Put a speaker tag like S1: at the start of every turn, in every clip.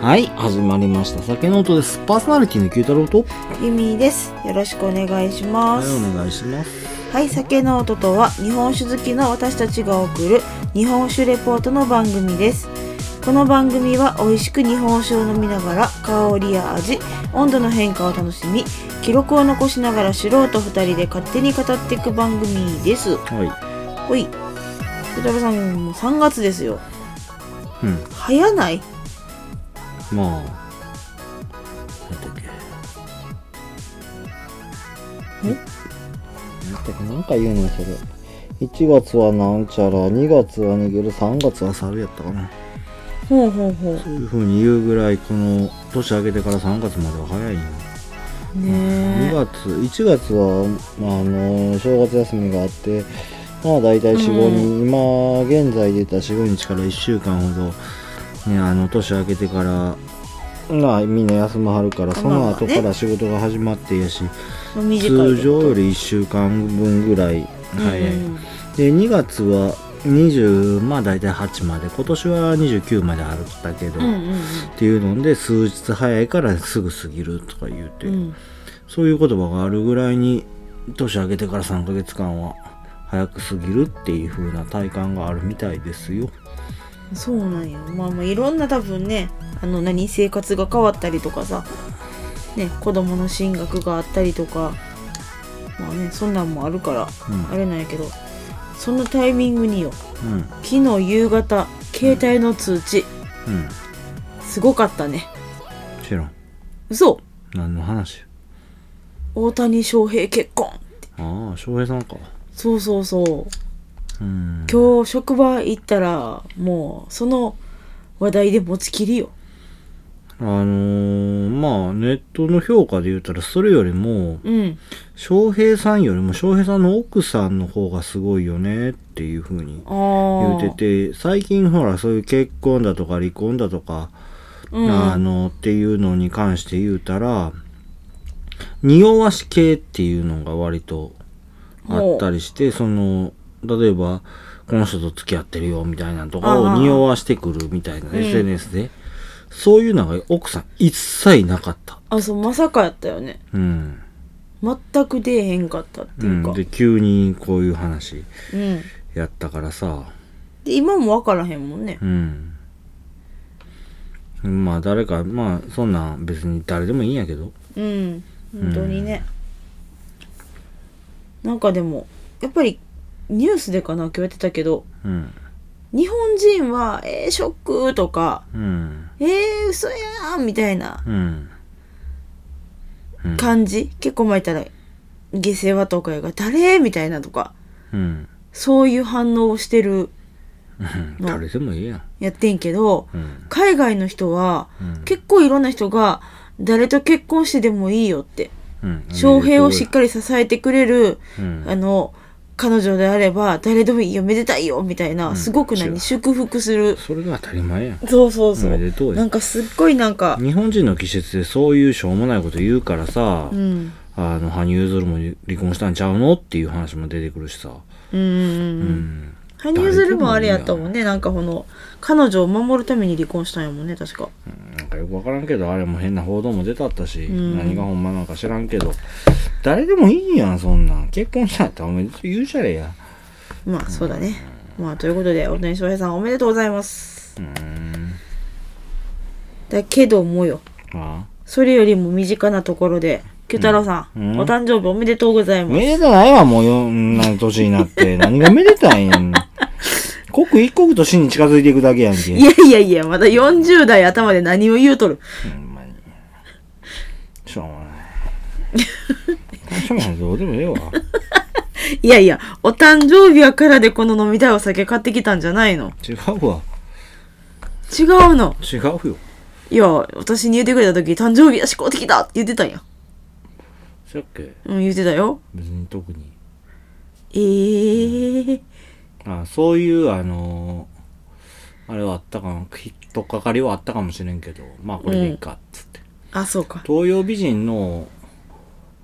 S1: はい、始まりました。酒の音です。パーソナリティの九太郎と。
S2: ゆみです。よろしくお願いしま
S1: はい、
S2: す。
S1: お願いします。
S2: はい、酒の音とは日本酒好きの私たちが送る日本酒レポートの番組です。この番組は美味しく日本酒を飲みながら香りや味、温度の変化を楽しみ、記録を残しながら素人2人で勝手に語っていく番組です。
S1: は
S2: ほい。小太郎さん、もう3月ですよ。
S1: い。うん。
S2: 早ない
S1: まあ。なんだっけ。んなんだっけ、なんか言うのそれ。1月はなんちゃら、2月は逃げる、3月は猿やったかな。
S2: ほうほうほう。
S1: そういう風に言うぐらい、この年明けてから3月までは早いな。2
S2: ねえ。
S1: 月1月は、まあ、あの正月休みがあってまあ大体45
S2: う
S1: 日、今現在で言ったら45日から1週間ほど、ね、あの年明けてからまあみんな休まはるからその後
S2: まあま
S1: か
S2: あ
S1: ら仕事が始まってやし、
S2: 短い
S1: 通常より1週間分ぐらい早い、
S2: うん
S1: で2月は20まあ大体8まで今年は29まであったけど、
S2: う
S1: っ
S2: んうん
S1: ていうので数日早いからすぐ過ぎるとか言うて。
S2: うん。うん
S1: そういう言葉があるぐらいに年明けてから3ヶ月間は早く過ぎるっていう風な体感があるみたいですよ。
S2: そうなんよまあまあいろんな多分ねあの何生活が変わったりとかさ、ね、子供の進学があったりとかまあねそんなんもあるから
S1: うん。
S2: あれなんやけどそのタイミングによ
S1: うん。
S2: 昨日夕方携帯の通知
S1: うん。
S2: すごかったね
S1: 知らん。
S2: 嘘
S1: 何の話
S2: 大谷翔平結婚
S1: ああ、翔平さんか。
S2: そうそうそう
S1: うん。
S2: 今日職場行ったらもうその話題で持ちきりよ
S1: あのー、まあ、ネットの評価で言ったら、それよりも、
S2: うん
S1: 翔平さんよりも翔平さんの奥さんの方がすごいよねっていう風に
S2: あ
S1: 言
S2: あ
S1: うてて、最近ほら、そういう結婚だとか離婚だとか、
S2: うん
S1: あの、っていうのに関して言うたら、匂わし系っていうのが割とあったりして、その、例えば、この人と付き合ってるよみたいなのとか
S2: あ
S1: を
S2: あ
S1: 匂わしてくるみたいな、
S2: ん
S1: SNS で。そういうのが奥さん一切なかった。
S2: あそうまさかやったよね
S1: うん。
S2: 全く出えへんかったって
S1: う
S2: いうか、
S1: ん、
S2: うん
S1: で、急にこういう話
S2: で
S1: やったからさ、
S2: 今も分からへんもんね
S1: うん。まあ誰か、まあそんなん別に誰でもいいんやけど。
S2: うん本当にね、なんかでもやっぱりニュースでかな今日やってたけど
S1: うん。
S2: 日本人は「えー、ショック!」とか
S1: うん。
S2: 「えー、嘘やん!」みたいな
S1: うん。うん
S2: 感じ、結構前いたら「下世話」とかやが「誰?」みたいなとか
S1: うん。
S2: そういう反応をしてる
S1: うん
S2: な
S1: 誰でもいいやん。
S2: やってんけど
S1: うん。
S2: 海外の人は
S1: うん
S2: 結構いろんな人が誰と結婚してでもいいよって
S1: うん
S2: 翔平をしっかり支えてくれる、
S1: うん
S2: あの、彼女であれば、誰でもいいよ、めでたいよ、みたいな、
S1: うん
S2: すごく
S1: 違う
S2: 何、祝福する。
S1: それが当たり前やん。
S2: そうそうそ
S1: おめでとう
S2: う。
S1: よ
S2: なんかすっごいなんか、
S1: 日本人の季節でそういうしょうもないこと言うからさ、
S2: うん。
S1: あの、羽生結弦も離婚したんちゃうのっていう話も出てくるしさ。
S2: うんうん
S1: う
S2: うん。
S1: ん。
S2: 羽生結弦もあれやったもんね、なんかこの、彼女を守るために離婚したんやもんね、確か。
S1: なんかよくわからんけど、あれも変な報道も出たったし、
S2: ん
S1: 何がほんまなんか知らんけど、誰でもいいやん、そんなん。結婚したんやったらおめでとう言うじゃれや。
S2: まあ、そうだね。まあ、ということで、大谷翔平さんおめでとうございます。
S1: うん。
S2: だけどもよ、
S1: あ
S2: それよりも身近なところで、九太郎さん、
S1: うんうん
S2: お誕生日おめでとうござい
S1: あ
S2: ます。
S1: めでたないわ、もうよ、んな年にな って。何がめでたいねん。刻一刻と死に近づいていくだけやんけ。
S2: いやいやいや、まだ40代頭で何を言うとる。
S1: ほんまに。しょうもない。しょうもない、どうでもええわ。
S2: いやいや、お誕生日やからでこの飲みたいお酒買ってきたんじゃないの
S1: 違うわ。
S2: 違うの。
S1: 違うよ。
S2: いや、私に言ってくれた時、誕生日やし買うてきたって言ってたんや。
S1: そやっけ
S2: うん、言ってたよ。
S1: 別に特に。
S2: えー。
S1: あそういう、あのーあれはあったかも、ひとっかかりはあったかもしれんけど、まあこれでいいか、っつって。
S2: あ、そうか。
S1: 東洋美人の、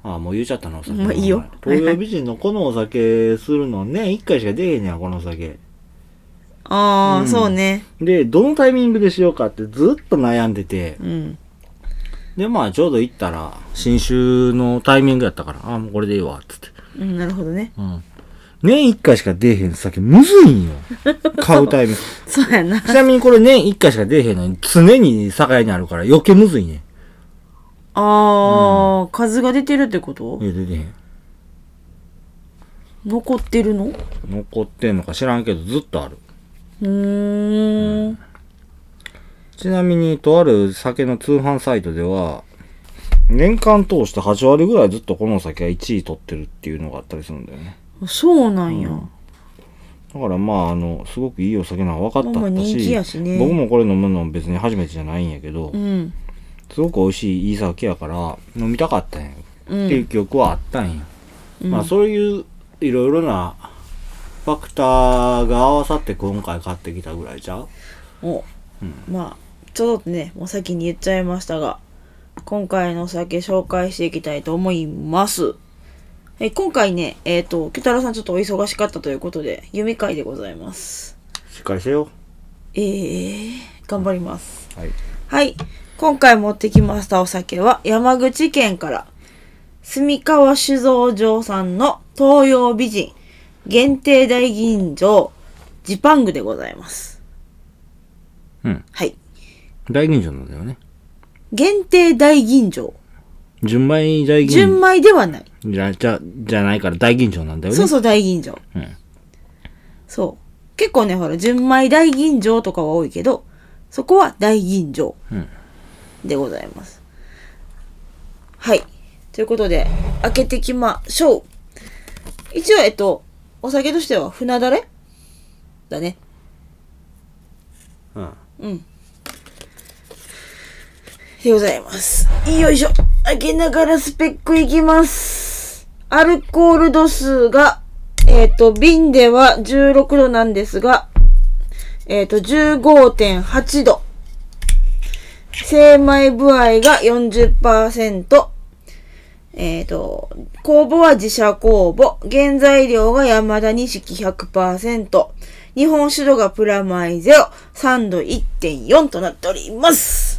S1: あもう言っちゃったな、お酒の名前。
S2: まあいいよ
S1: 東洋美人のこのお酒するのね、一回しか出えへんねや、このお酒。
S2: ああ、
S1: うん
S2: そうね。
S1: で、どのタイミングでしようかってずっと悩んでて、
S2: うん。
S1: で、まあ、ちょうど行ったら、新酒のタイミングやったから、あ、もうこれでいいわ、つって。
S2: うん、なるほどね。
S1: うん。年1回しか出えへん酒、むずいんよ。買うタイミング。
S2: そう やな。
S1: ちなみにこれ年1回しか出えへんのに、常に酒にあるから余計むずいね。
S2: ああ、数が出てるってこと
S1: いや、出てへん。
S2: 残ってるのう
S1: 残ってんのか知らんけど、ずっとある。
S2: ーん。
S1: ちなみに、とある酒の通販サイトでは、年間通して8割ぐらいずっとこのお酒が1位取ってるっていうのがあったりするんだよね。
S2: そうなんや。
S1: だからまあ、あの、すごくいいお酒なの分かったったし、
S2: まあまあ人気やしね
S1: 僕もこれ飲むの別に初めてじゃないんやけど、
S2: うん。
S1: すごく美味しいいい酒やから飲みたかったんや、
S2: う。
S1: っていうん記憶はあったんや、
S2: うん
S1: まあそういういろいろなファクターが合わさって今回買ってきたぐらいちゃう
S2: お、まあ、ちょっとね、もう先に言っちゃいましたが、今回のお酒紹介していきたいと思います。え今回ね、えっ、と、キュタラさんちょっとお忙しかったということで、弓会でございます。
S1: しっかりしてよ
S2: えー、頑張ります。
S1: はい
S2: はい。今回持ってきましたお酒は山口県から、住川酒造場さんの東洋美人限定大吟醸ジパングでございます。
S1: うん
S2: はい。
S1: 大吟醸なんだよね
S2: 限定大吟醸。
S1: 純米大
S2: 純
S1: 吟
S2: 米ではない。
S1: じゃじゃじゃないから大吟醸なんだよね
S2: そうそう、大吟醸。
S1: うん
S2: そう。結構ね、ほら、純米大吟醸とかは多いけど、そこは大吟醸
S1: うん
S2: でございます。はい。ということで、開けてきましょう。一応、えっと、お酒としては船だれだね。
S1: うん
S2: うん。でございます。よいしょ。開けながらスペックいきます。アルコール度数が、えっ、と、瓶では16度なんですが、えっ、と、15.8度。精米部合が40%。えっ、と、酵母は自社酵母。原材料が山田錦100%。日本酒度がプラマイゼロ。酸度1.4となっております。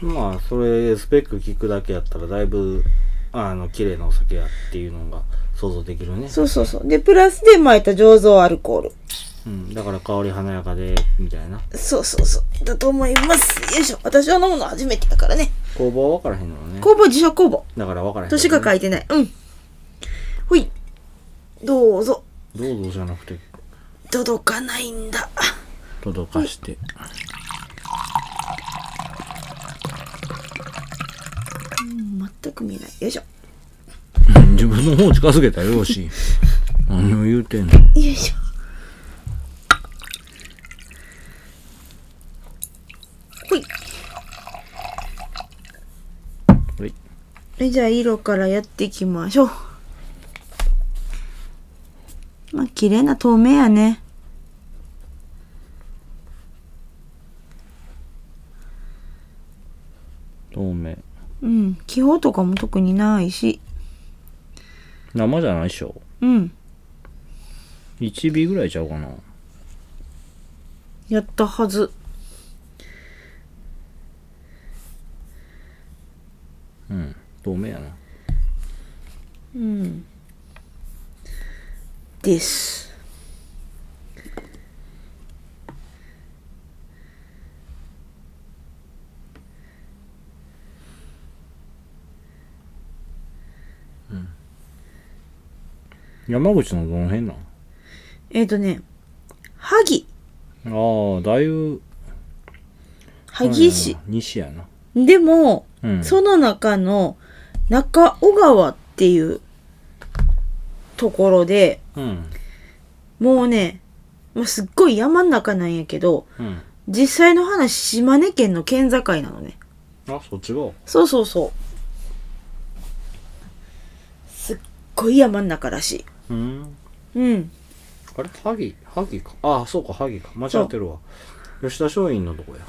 S1: まあそれスペック聞くだけやったらだいぶあの綺麗なお酒やっていうのが想像できるね
S2: そうそうそう。で、プラスで巻いた醸造アルコール。
S1: うん、だから香り華やかでみたいな
S2: そうそうそう。だと思います。よいしょ。私は飲むの初めてだからね。
S1: 工房は分からへんのね
S2: 酵母、自社酵母。
S1: だから分からへん
S2: 年が書
S1: い
S2: いてない。うん。ほい。どうぞ。
S1: どうぞじゃなくて
S2: 届かないんだ。
S1: 届かして
S2: 全く見えない。よいしょ。
S1: 自分の方近づけたよよ し何を言うてんの
S2: よいしょ。ほい。
S1: はい
S2: えじゃあ色からやっていきましょうまあ綺麗な透明やね
S1: 透明
S2: うん気泡とかも特にないし
S1: 生じゃないっしょ
S2: うん
S1: 1尾ぐらいちゃうかな
S2: やったはず
S1: うん透明やな
S2: うんです
S1: 山口のどの辺なん
S2: えっ、ー、とね萩
S1: ああだいぶ
S2: 萩市
S1: 西やな
S2: でも、
S1: うん
S2: その中の中小川っていうところで
S1: うん
S2: もうねもうすっごい山ん中なんやけど
S1: うん
S2: 実際の話島根県の県境なのね
S1: あそっちが
S2: そうそうそうすっごい山ん中らし
S1: うん
S2: いうん
S1: あれ萩萩かああそうか萩か間違ってるわ吉田松陰のとこや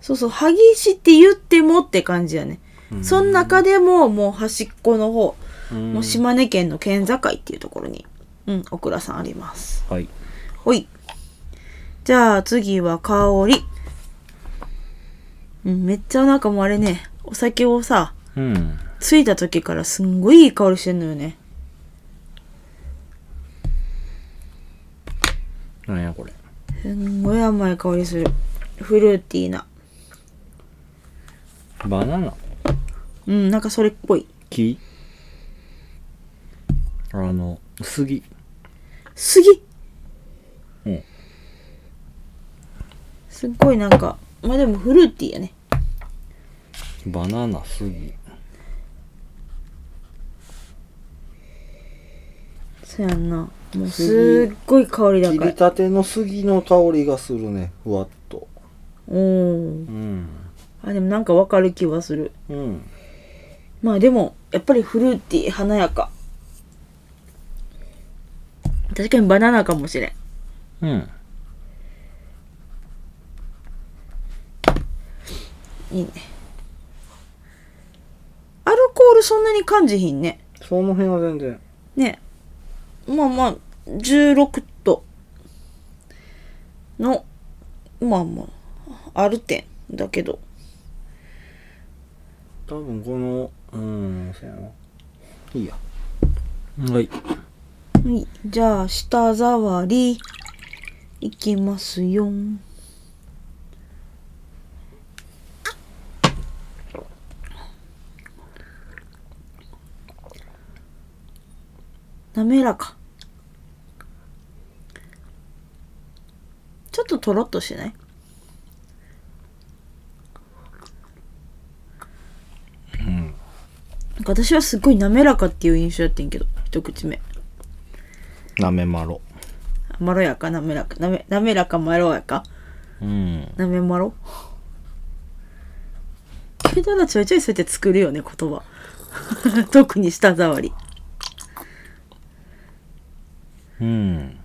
S2: そうそう萩市って言ってもって感じやね
S1: うん
S2: その中でももう端っこの方
S1: うん
S2: もう島根県の県境っていうところにうん小倉さんあります
S1: はい
S2: ほいじゃあ次は香り。うん、めっちゃなんかもうあれね、お酒をさ、
S1: うん。
S2: ついた時からすんごいいい香りしてんのよね。
S1: なんやこれ。
S2: すんごい甘い香りする。フルーティーな。
S1: バナナ
S2: うん、なんかそれっぽい。
S1: 木あの、杉。
S2: 杉
S1: うん。
S2: すっごいなんか、まあでもフルーティーやね。
S1: バナナ、杉。
S2: そうやんな。もうすっごい香り
S1: 切
S2: 高
S1: り
S2: い。
S1: たての杉の香りがするね。ふわっと。
S2: おー
S1: うん。
S2: あ、でもなんかわかる気はする。
S1: うん。
S2: まあでも、やっぱりフルーティー、華やか。確かにバナナかもしれん。
S1: うん。
S2: いいね。アルコールそんなに感じひんね。
S1: その辺は全然。
S2: ね。まあまあ、16度の、まあまあ、ある点だけど。
S1: 多分この、うん、そうやな。いいや。はい。
S2: はい。じゃあ、舌触り、いきますよ。滑らか。ちょっととろっとしないなんか私はすっごい滑らかっていう印象やってんけど、一口目。
S1: なめまろ。
S2: まろやか、なめらか、なめ、なめらか、まろやか、
S1: うん。
S2: なめまろ。けどな、ちょいちょいそうやって作るよね、言葉。 特に舌触り。
S1: うん。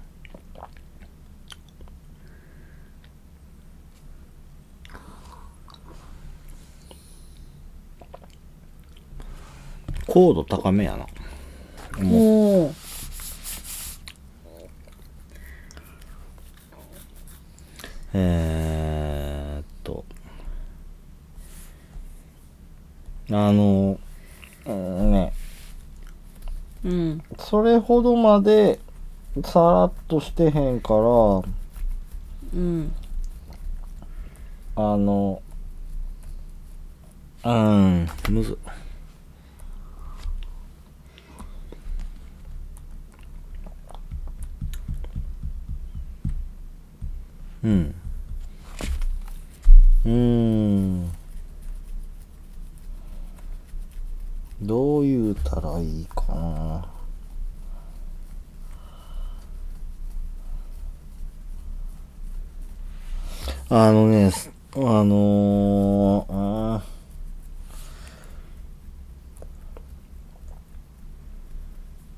S1: 高度高めやな。
S2: もう。
S1: えー、っと。あの、うんね、
S2: うん。
S1: それほどまでさらっとしてへんから、
S2: うん。
S1: あの、うん、むず。うん。うーん。どう言うたらいいかな。あのね、すあのー、あー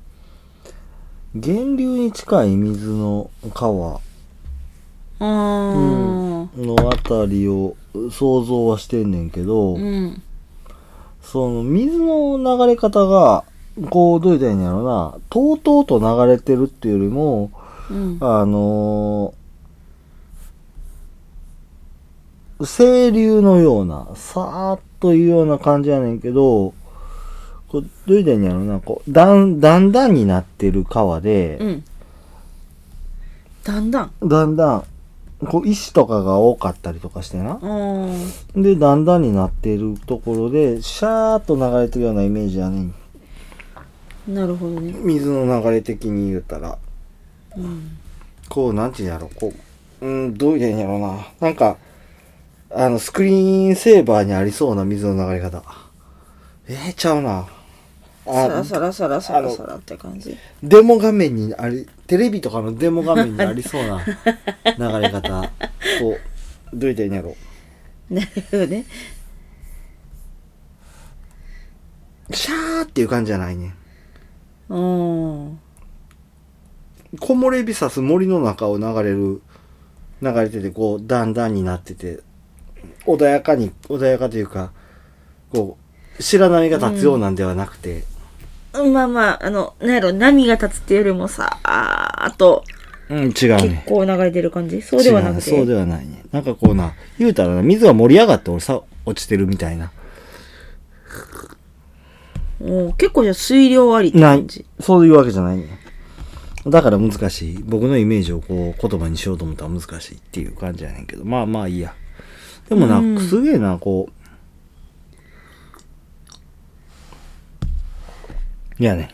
S1: 源流に近い水の川
S2: あー。
S1: のあたりを想像はしてんねんけど、
S2: うん。
S1: その水の流れ方が、こう、どう言ったらいいんやろな、とうとうと流れてるっていうよりも、
S2: うん。
S1: あのー、清流のような、さーっというような感じやねんけど、こうどういう点やろな、こう、だん、だんだんになってる川
S2: う
S1: で、
S2: ん。だんだん。あ
S1: だんだん、こう、石とかが多かったりとかしてな。
S2: ー。
S1: で、だんだんになってるところで、シャーっと流れてるようなイメージやねん。
S2: なるほどね。
S1: 水の流れ的に言うたら。
S2: うん。
S1: こう、なんていうんやろ、こう、うん、どう言うんやろな。なんか、あの、スクリーンセーバーにありそうな水の流れ方。えー、ちゃうな。
S2: さら
S1: あ
S2: さらさらさらさらって感じ。
S1: デモ画面にあり、テレビとかのデモ画面にありそうな流れ方。こう、どう言ったらいいんやろ。
S2: なるほどね。
S1: シャーっていう感じじゃないね。
S2: うん。
S1: 木漏れ日さす森の中を流れる、流れてて、こう、だんだんになってて、穏やかに、穏やかというか、こう、白波が立つようなんではなくて、
S2: まあまあ、あの、なんやろ、波が立つっていうよりもさ、あーっと、
S1: うん、違う
S2: 結
S1: ね。
S2: 構流れてる感じそうではなくて
S1: 違うそうではないね。なんかこうな、言うたらな、水が盛り上がって俺さ、落ちてるみたいな。
S2: おー結構じゃあ水量ありって
S1: な
S2: 感
S1: い
S2: じ。
S1: そういうわけじゃないね。だから難しい。僕のイメージをこう言葉にしようと思ったら難しいっていう感じやねんけど。まあまあいいや。でもな、
S2: うん
S1: すげえな、こう。いやね。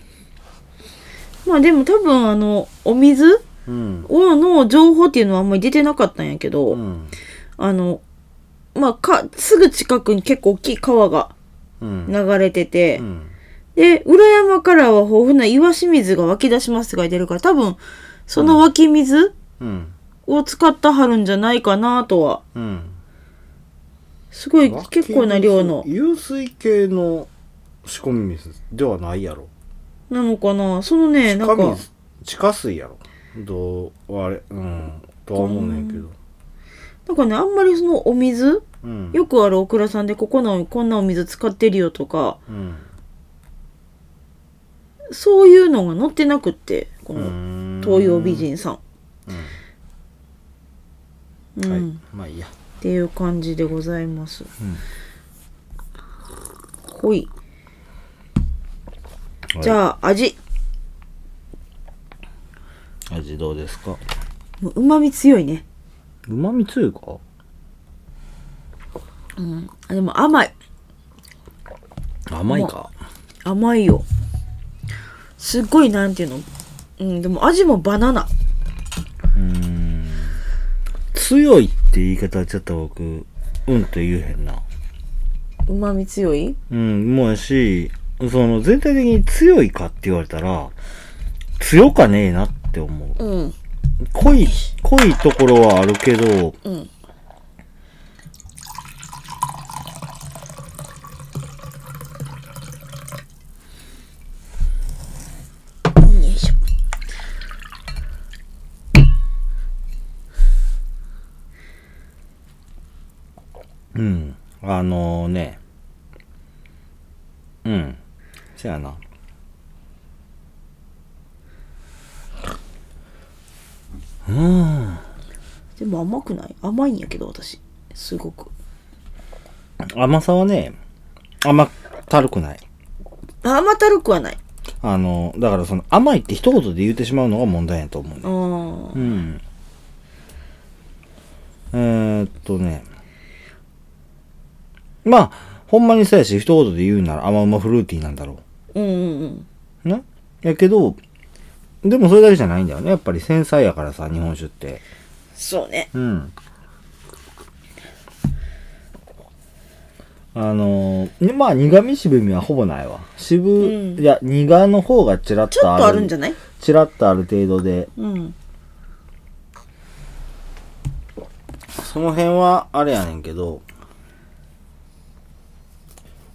S2: まあでも多分あのお水
S1: うん。
S2: の情報っていうのはあんまり出てなかったんやけど、
S1: うん。
S2: あのまあかすぐ近くに結構大きい川が
S1: うん。
S2: 流れてて、
S1: うん。
S2: で裏山からは豊富な岩清水が湧き出しますって書いてるから多分その湧き水
S1: うん。
S2: を使ったはるんじゃないかなとは
S1: うん。
S2: すごい結構な量の
S1: 湧水系の仕込み水ではないやろ
S2: なのかなそのね
S1: 地
S2: な
S1: 下
S2: んか
S1: 水地下水やろどうあれうんとは思うねんけど
S2: なんかねあんまりそのお水
S1: うん
S2: よくあるオクラさんでここのこんなお水使ってるよとか
S1: うん
S2: そういうのが載ってなくってこ
S1: う
S2: の
S1: ん
S2: 東洋美人さん。うん
S1: うん、
S2: っ
S1: はいまあいいや
S2: ていう感じでございます。
S1: ん
S2: ほい。じ
S1: あ
S2: ゃあ味。
S1: 味どうですか
S2: うまみ強いね。
S1: うまみ強いか
S2: うん。あでも甘い。
S1: 甘いか
S2: 甘いよ。すっごいなんていうの。うん。でも味もバナナ。
S1: うん強いって言い方はちょっと僕うんと言えへんな
S2: うまみ強い
S1: うん、もうやし、その全体的に強いかって言われたら、強かねえなって思う。
S2: うん。
S1: 濃い、濃いところはあるけど、
S2: うん。よいしょ
S1: うん、あのね、うん、そやな。うん、
S2: でも甘くない甘いんやけど私すごく
S1: 甘さはね、甘ったるくない。
S2: 甘たるくはない
S1: あの、だからその甘いって一言で言ってしまうのが問題やと思うね
S2: あ。ー
S1: うん。えーっとね。まあ、ほんまにそうやし、一言で言うなら甘うまフルーティーなんだろ
S2: うんうんうん
S1: う。ね。やけど、でもそれだけじゃないんだよね。やっぱり繊細やからさ、日本酒って。
S2: そうね
S1: うん。あのー、ねまあ苦味渋みはほぼないわ。渋、
S2: うん
S1: いや、苦の方がちらっ
S2: ちょ
S1: と
S2: っ
S1: あ
S2: と
S1: る。
S2: あるんじゃない
S1: ちらっとある程度で。
S2: うん
S1: その辺はあれやねんけど、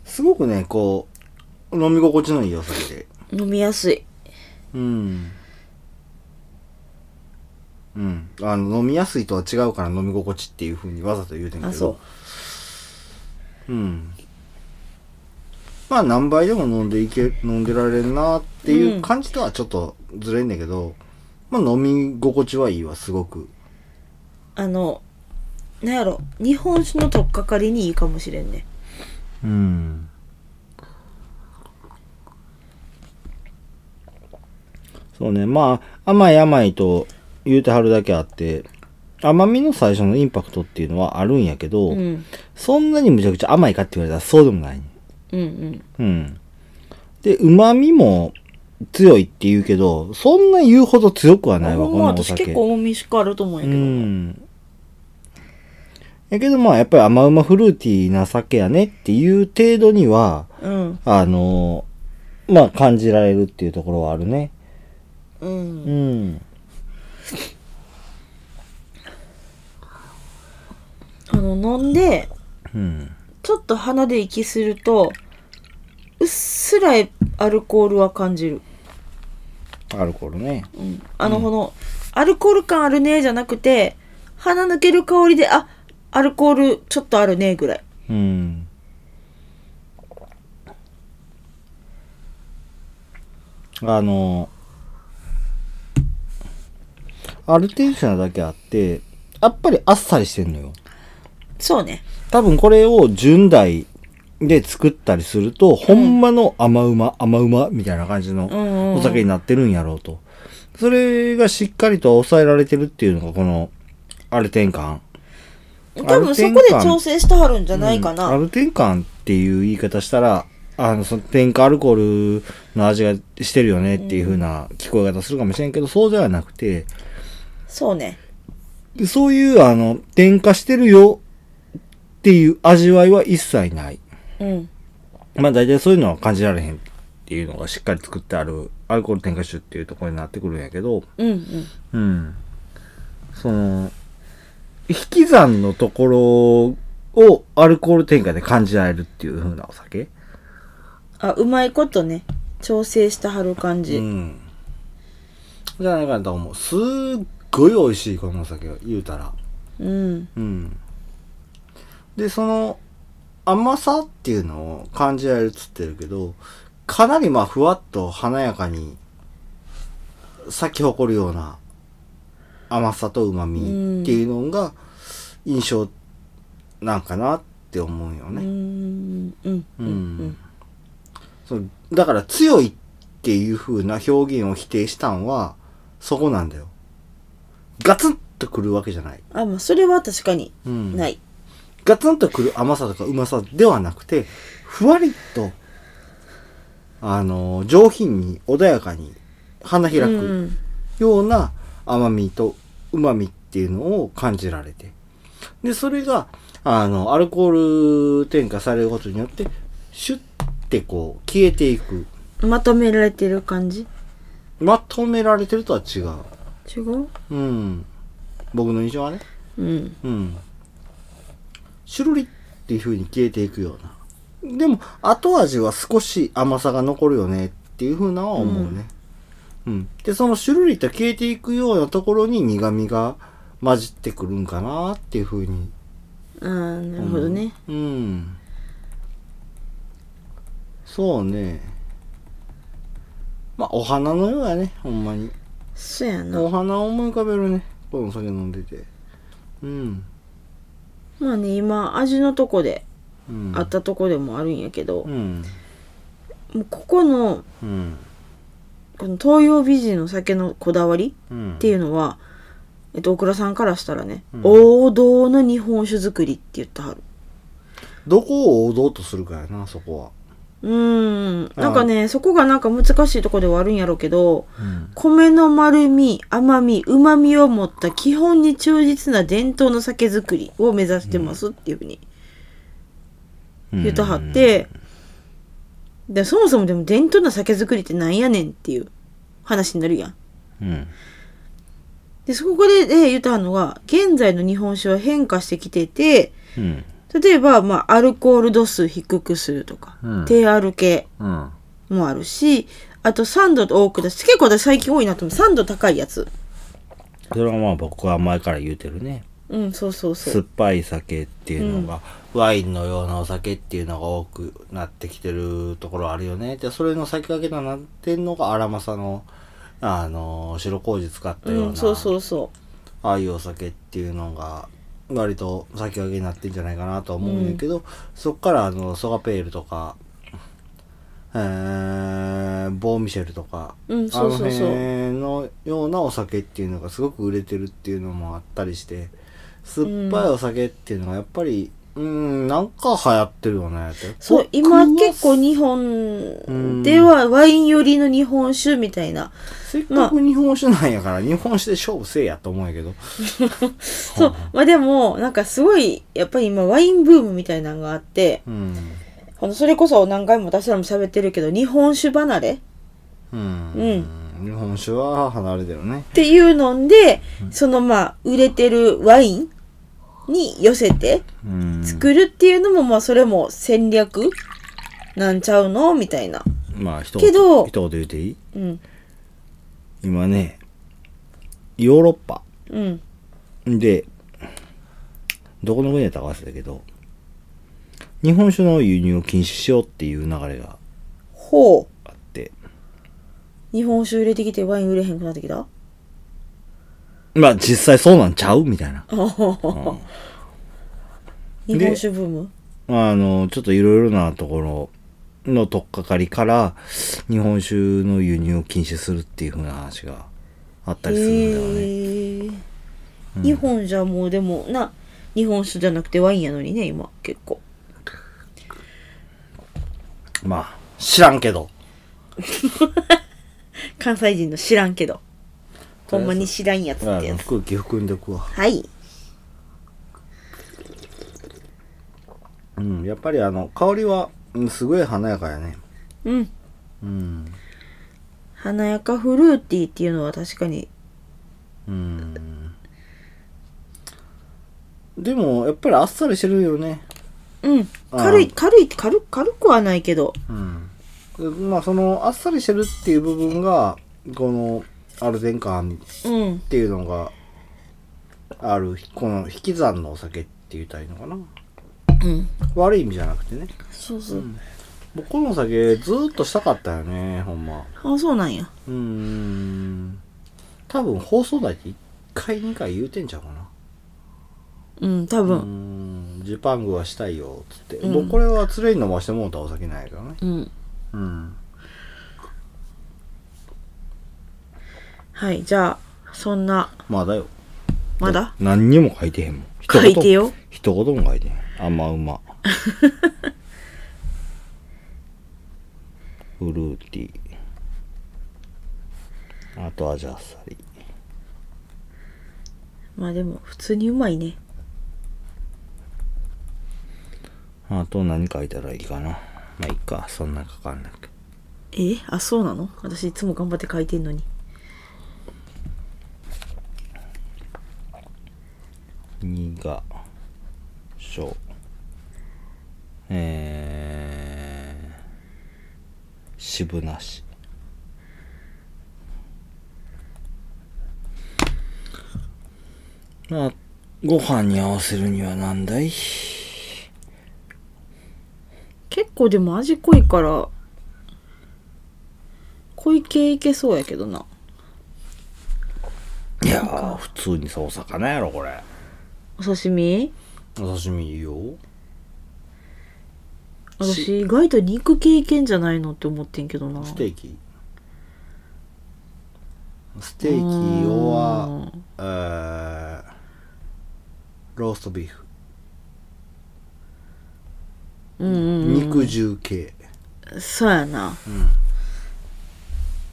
S1: すごくね、こう、飲み心地のいいお酒で。
S2: 飲みやすい
S1: うん。うん。あの、飲みやすいとは違うから飲み心地っていう風にわざと言うてんけど。。
S2: あそう
S1: ん。まあ何杯でも飲んでいけ、飲んでられんなっていううん感じとはちょっとずれんねんけど、まあ飲み心地はいいわ、すごく。
S2: あのなんやろ日本酒の取っかかりにいいかもしれんね
S1: うん。そうね。まあ、甘い甘いと言うてはるだけあって、甘みの最初のインパクトっていうのはあるんやけど、
S2: うん
S1: そんなにむちゃくちゃ甘いかって言われたらそうでもない、ね。
S2: うんうん
S1: うん。で、旨味も強いって言うけど、そんな言うほど強くはないわ、
S2: ほ
S1: こ
S2: んま
S1: のお
S2: 私
S1: 酒。
S2: 結構大飯かあると思うんや
S1: う。
S2: けどなん
S1: やけどまあ、やっぱり甘うまフルーティーな酒やねっていう程度には、
S2: うん
S1: あのーまあ感じられるっていうところはあるね。
S2: うん
S1: うん。
S2: あの飲んで
S1: うん。
S2: ちょっと鼻で息するとうっすらアルコールは感じる
S1: アルコールね。
S2: うんあの、この、アルコール感あるねじゃなくて、鼻抜ける香りで、あ、アルコールちょっとあるねぐらい。
S1: うん。あのーアルテンショナだけあって、やっぱりあっさりしてんのよ。
S2: そうね。
S1: 多分これを純代で作ったりすると、ほんまの甘うま、甘うまみたいな感じ
S2: うんうんう
S1: の
S2: ん
S1: お酒になってるんやろうと。それがしっかりと抑えられてるっていうのがこのアルテン感。
S2: 多分そこで調整してはるんじゃないかな。
S1: うんアルテン感っていう言い方したら、あの、その添加アルコールの味がしてるよねっていう風な聞こえ方するかもしれんけど、そうではなくて、
S2: そうね。
S1: でそういう、あの、添加してるよっていう味わいは一切ない。
S2: うん。
S1: まあ大体そういうのは感じられへんっていうのがしっかり作ってあるアルコール添加酒っていうところになってくるんやけど、
S2: うんうん。
S1: うん。その、引き算のところをアルコール添加で感じられるっていう風なお酒。
S2: あ、うまいことね、調整してはる感じ。
S1: うん。じゃないかなと思う。すっごい美味しい、このお酒は。言うたら。
S2: うん。
S1: うん。で、その、甘さっていうのを感じられるっつってるけど、かなりまあ、ふわっと華やかに、咲き誇るような甘さと旨味っていうのが印象なんかなって思うよ
S2: う
S1: ね。
S2: ん。うん。う
S1: うんん。そうだから強いっていう風な表現を否定したんはそこなんだよ。ガツンとくるわけじゃない。
S2: あ、まあ、それは確かに
S1: うん
S2: ない。
S1: ガツンとくる甘さとかうまさではなくて、ふわりと、あの、上品に穏やかに花開
S2: うん
S1: くような甘みと旨みっていうのを感じられて。で、それが、あの、アルコール添加されることによって、シュッてこう、消えていく。
S2: まとめられてる感じ
S1: まとめられてるとは違う。
S2: 違う
S1: うん。僕の印象はね。
S2: うん。
S1: うん。シュルリっていう風に消えていくような。でも、後味は少し甘さが残るよねっていう風なのは思うね。うん、で、そのシュルリと消えていくようなところに苦味が混じってくるんかなっていう風に。
S2: ああ、なるほどね。
S1: うん。うん。そうね。まあ、お花のようやね、ほんまに。
S2: そうや
S1: お
S2: な。
S1: 花を思い浮かべるね。この酒飲んでて。うん。
S2: まあね、今、味のとこで、
S1: うん。
S2: あったとこでもあるんやけど、
S1: うん。
S2: もうここの、
S1: うん。
S2: この東洋美人の酒のこだわり
S1: っ
S2: っていう
S1: う
S2: のは、えっと、大倉さんからしたらね、
S1: うん
S2: 王道の日本酒作りって言ってはる。
S1: どこを王道とするかやなそこ
S2: うーん。なんかね、そこがなんか難しいとこではあるんやろうけど、
S1: は、うん
S2: 米の丸み、甘み、旨みを持った基本に忠実な伝統の酒造りを目指してますっていうふうに言ってはって、でそもそもでも伝統の酒造りってなんやねんっていう話になるやん。
S1: うん
S2: で、そこで、え言ってはんのが、現在の日本酒は変化してきてて、
S1: うん
S2: 例えば、まあ、アルコール度数低くするとか、
S1: うん
S2: 低アル系
S1: うん
S2: もあるし、あと酸度多く出し、結構私最近多いなと思う。酸度高いやつ。
S1: それはまあ僕は前から言うてるね
S2: うん、そうそうそ
S1: 酸
S2: う
S1: っ。ぱい酒っていうのが、ワインのようなお酒っていうのが多くなってきてるところあるよねでそれの先駆けとなってんのが荒政のあの白麹使ったような、
S2: うん、そうそうそ
S1: ああいうお酒っていうのが割と先駆けになってんじゃないかなとは思うんやけど、そっからあのソガペールとか、えー、ボーミシェルとか、
S2: うんそうそうそう
S1: あの辺のようなお酒っていうのがすごく売れてるっていうのもあったりして酸っぱいお酒っていうのがやっぱりうんなんか流行ってるよねって
S2: う。そう、
S1: 僕は
S2: 今結構日本ではワイン寄りの日本酒みたいな。
S1: せっかく日本酒なんやから、日本酒で勝負せえやと思うんやけど
S2: そう、まあでも、なんかすごい、やっぱり今ワインブームみたいなのがあって、
S1: うん
S2: あのそれこそ何回も私らも喋ってるけど、日本酒離れ
S1: うん、
S2: うん
S1: 日本酒は離れてるね
S2: っていうので、そのまあ、売れてるワインに寄せて
S1: うん
S2: 作るっていうのも、まあ、それも戦略なんちゃうのみたいな。
S1: まあ、一
S2: けど
S1: 言一言言うていい
S2: うん。
S1: 今ね、ヨーロッパ
S2: うん。
S1: で、どこの国やったか忘れたけど、日本酒の輸入を禁止しようっていう流れが
S2: ほう。
S1: あって、
S2: 日本酒売れてきてワイン売れへんくなってきた
S1: まあ実際そうなんちゃうみたいな。
S2: 日本酒ブーム
S1: あの、ちょっといろいろなところの取っかかりから、日本酒の輸入を禁止するっていうふうな話があったりするんだよね。
S2: へえ日本じゃもうでもな日本酒じゃなくてワインやのにね今結構
S1: まあ、知らんけど。
S2: 関西人の知らんけどほんまに知らんやつ
S1: あ
S2: って
S1: の
S2: やつ
S1: 空気含んでくわ。
S2: はい
S1: うん、やっぱりあの、香りは、うんすごい華やかやね。
S2: うん
S1: うん。
S2: 華やかフルーティーっていうのは確かに
S1: うん。でも、やっぱりあっさりしてるよね。
S2: うん
S1: あー
S2: 軽い軽い軽軽くはないけど
S1: うん。まあ、その、あっさりしてるっていう部分が、この、アルゼンカン
S2: うん
S1: っていうのがあるこの引き算のお酒って言ったらいいのかな
S2: うん
S1: 悪い意味じゃなくてね
S2: そうそう、
S1: 僕このお酒ずーっとしたかったよねほんま
S2: あそうなんや
S1: うーん多分放送台って1回2回言うてんちゃうかな
S2: うん多
S1: うー
S2: 分
S1: んジパングはしたいよっつって、
S2: うん
S1: 僕これは連れに飲ましてもうたお酒ないからね
S2: うん、
S1: うん
S2: はいじゃあそんな
S1: まだよ
S2: まだ
S1: 何にも書いてへんもん
S2: 書いてよ
S1: 一言も書いてへんあんまう まフルーティーあとはじゃあっさり
S2: まあでも普通にうまいね
S1: あと何書いたらいいかなまあいいかそんな書かんなく
S2: えあそうなの私いつも頑張って書いてんのに
S1: 2が小えー、渋なしまあご飯に合わせるにはなんだい
S2: 結構でも味濃いから濃い系いけそうやけどない
S1: やー普通にさお魚やろこれ
S2: お刺身
S1: お刺身いいよ
S2: 私意外と肉系いけんじゃないのって思ってんけどな
S1: ステーキステーキは
S2: うん
S1: えー、ローストビーフ
S2: うんうん
S1: 肉汁系
S2: そうやな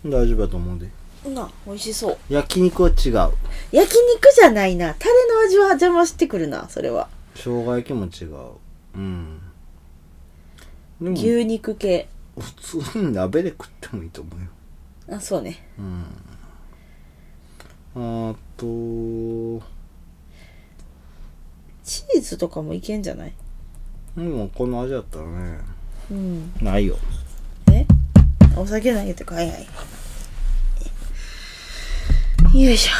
S1: 大丈夫だと思うんで
S2: な美味しそう
S1: 焼肉は違う
S2: 焼肉じゃないなタレの味は邪魔してくるなそれは
S1: 生姜焼きも違ううんでも
S2: 牛肉系、
S1: 普通に鍋で食ってもいいと思うよ
S2: あそうね
S1: あと
S2: チーズとかもいけんじゃない
S1: うんこの味だったらね
S2: うん
S1: ないよ
S2: えお酒投げてかはいはいよいし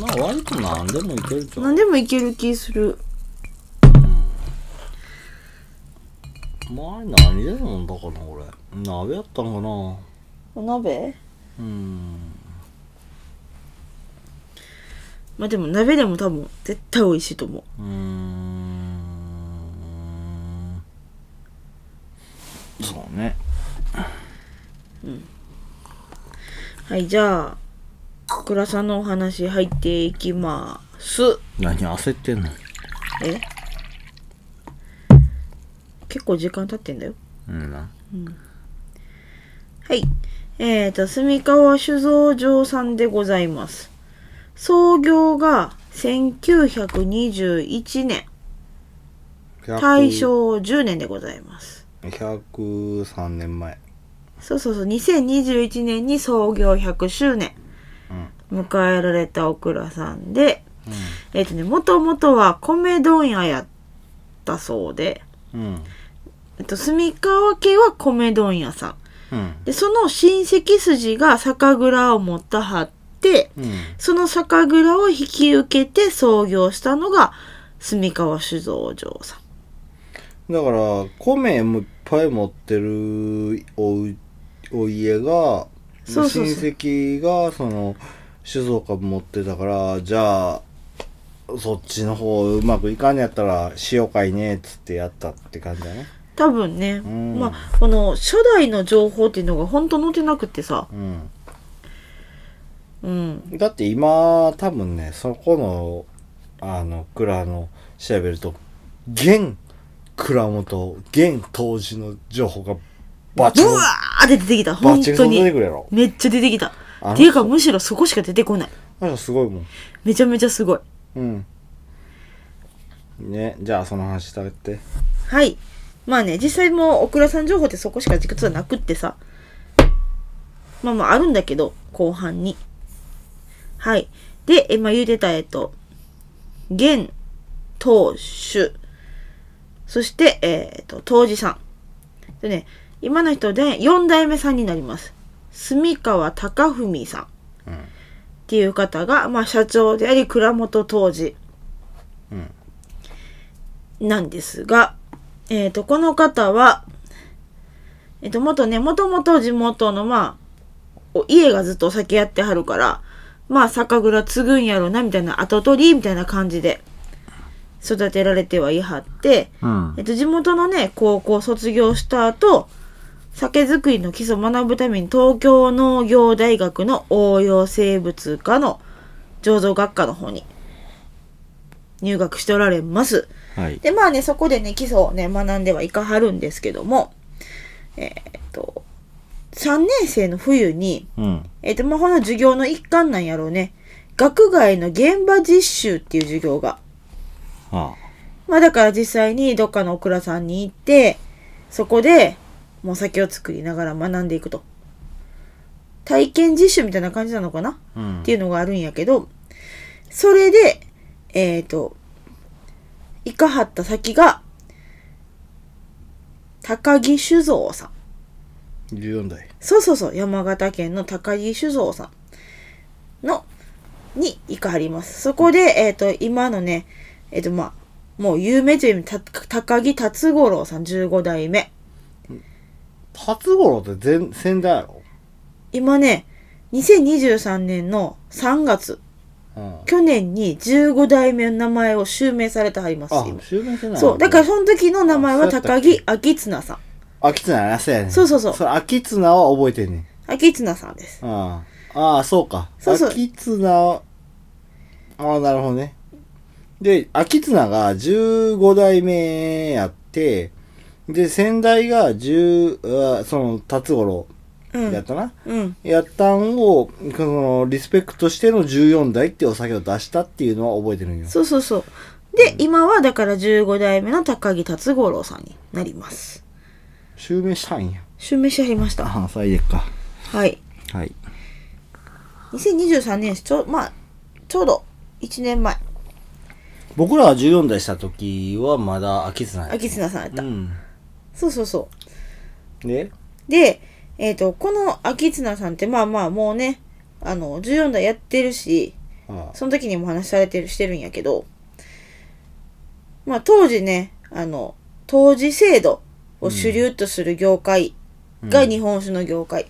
S1: まあ割と何でもいけるじ
S2: ょ
S1: ゃ
S2: 何
S1: ん
S2: でもいける気する
S1: まああれ何で飲んだかなこれ鍋やったの
S2: お鍋
S1: かなうん
S2: まあでも鍋でも多分絶対美味しいと思う
S1: うーんそうね
S2: はいじゃあ倉さんのお話入っていきます
S1: 何焦ってんの
S2: え結構時間経ってんだよ
S1: うんな
S2: はい。えっ、と、住川酒造場さんでございます。創業が1921年、大正10年でございます。
S1: 103年前
S2: そうそうそう、2021年に創業100周年迎えられたお倉さんで、えっ、とね、もともとは米問屋やったそうで、
S1: うんうん
S2: えっと、住川家は米問屋さん。
S1: うん
S2: で、その親戚筋が酒蔵を持ったはって、
S1: うん
S2: その酒蔵を引き受けて創業したのが住川酒造場さん。
S1: だから米もいっぱい持ってるおうお家が
S2: そうそうそう
S1: 親戚がその酒造株持ってたからじゃあそっちの方うまくいかんやったらしようかいねっつってやったって感じだね
S2: 多分ね、
S1: ん
S2: まあこの初代の情報っていうのが本当載ってなくてさ
S1: うん
S2: うん
S1: だって今多分ねそこのあの蔵の調べると現蔵元現当時の情報がバチ
S2: ブ
S1: コン
S2: ワーって出てきた
S1: バ
S2: 本
S1: チ
S2: 当
S1: コン出て
S2: に
S1: くるやろ
S2: めっちゃ出てきた
S1: あの
S2: っていうかむしろそこしか出てこない
S1: あれすごいもん
S2: めちゃめちゃすごい
S1: うん。ね、じゃあその話食べて。
S2: はいまあね実際もうオクラさん情報ってそこしか実はなくってさまあまああるんだけど後半にはいでえまあ言うてたえっと現当主そしてえっと当時さんでね今の人で4代目さんになります住川隆文さんっていう方が、まあ、社長であり蔵元当時なんですが、えっ、と、この方は、えっ、と、元ね、もともと地元の、まあ、お家がずっとお酒やってはるから、まあ、酒蔵継ぐんやろな、みたいな、後取り、みたいな感じで、育てられてはいはって、
S1: うん
S2: えっ。と、地元のね、高校卒業した後、酒造りの基礎を学ぶために東京農業大学の応用生物科の醸造学科の方に入学しておられます。
S1: はい。
S2: で、まあね、そこでね、基礎をね、学んではいかはるんですけども、えーっと、3年生の冬に、
S1: うん。
S2: えーっと、まあ、この授業の一環なんやろうね、学外の現場実習っていう授業が、
S1: あ
S2: まあだから実際にどっかのお蔵さんに行って、そこでもう酒を作りながら学んでいくと。体験実習みたいな感じなのかな
S1: あ。うん
S2: っていうのがあるんやけど、それで、えっ、と、行かはった先が、高木酒造さん。
S1: 14代。
S2: そうそうそう、山形県の高木酒造さんの、に行かはります。そこで、えっ、と、今のね、えっ、と、まあ、もう有名という意味、た高木達五郎さん15代目。
S1: 初頃って全、先代やろ
S2: 今ね、2023年の3月、
S1: うん。
S2: 去年に15代目の名前を襲名されてはります、
S1: あ
S2: 今、
S1: 襲名してない
S2: そう。だから
S1: そ、
S2: その時の名前は
S1: あそうやった
S2: 高
S1: っ
S2: 木
S1: け
S2: 秋綱さん。
S1: 秋綱やな、そうやねん
S2: そうそうそう
S1: それ秋綱は覚えてんねん。
S2: 秋綱さんです。
S1: うん。ああ、そうか。
S2: そうそう
S1: 秋綱は、ああ、なるほどね。で、秋綱が15代目やって、で、先代が10、あその、辰五郎
S2: う
S1: やっ
S2: ん。
S1: たな。
S2: うん。
S1: やったんを、その、リスペクトしての14代ってお酒を出したっていうのは覚えてるんよ。
S2: そうそうそう。で、今はだから15代目の高木達五郎さんになります。
S1: 襲名したんや。
S2: 襲名しはりました。
S1: ああ、それでっか。
S2: はい。
S1: はい。
S2: 2023年、ちょ、まあ、ちょうど1年前、
S1: 僕らが14代した時はまだ秋綱や。
S2: 秋綱さんやった。
S1: うん。
S2: そうそうそう。
S1: で、
S2: で、えっ、と、この秋綱さんって、まあまあ、もうね、あの、14代やってるし、
S1: ああ
S2: その時にもお話しされてる、してるんやけど、まあ当時ね、あの、当時制度を主流とする業界が日本酒の業界。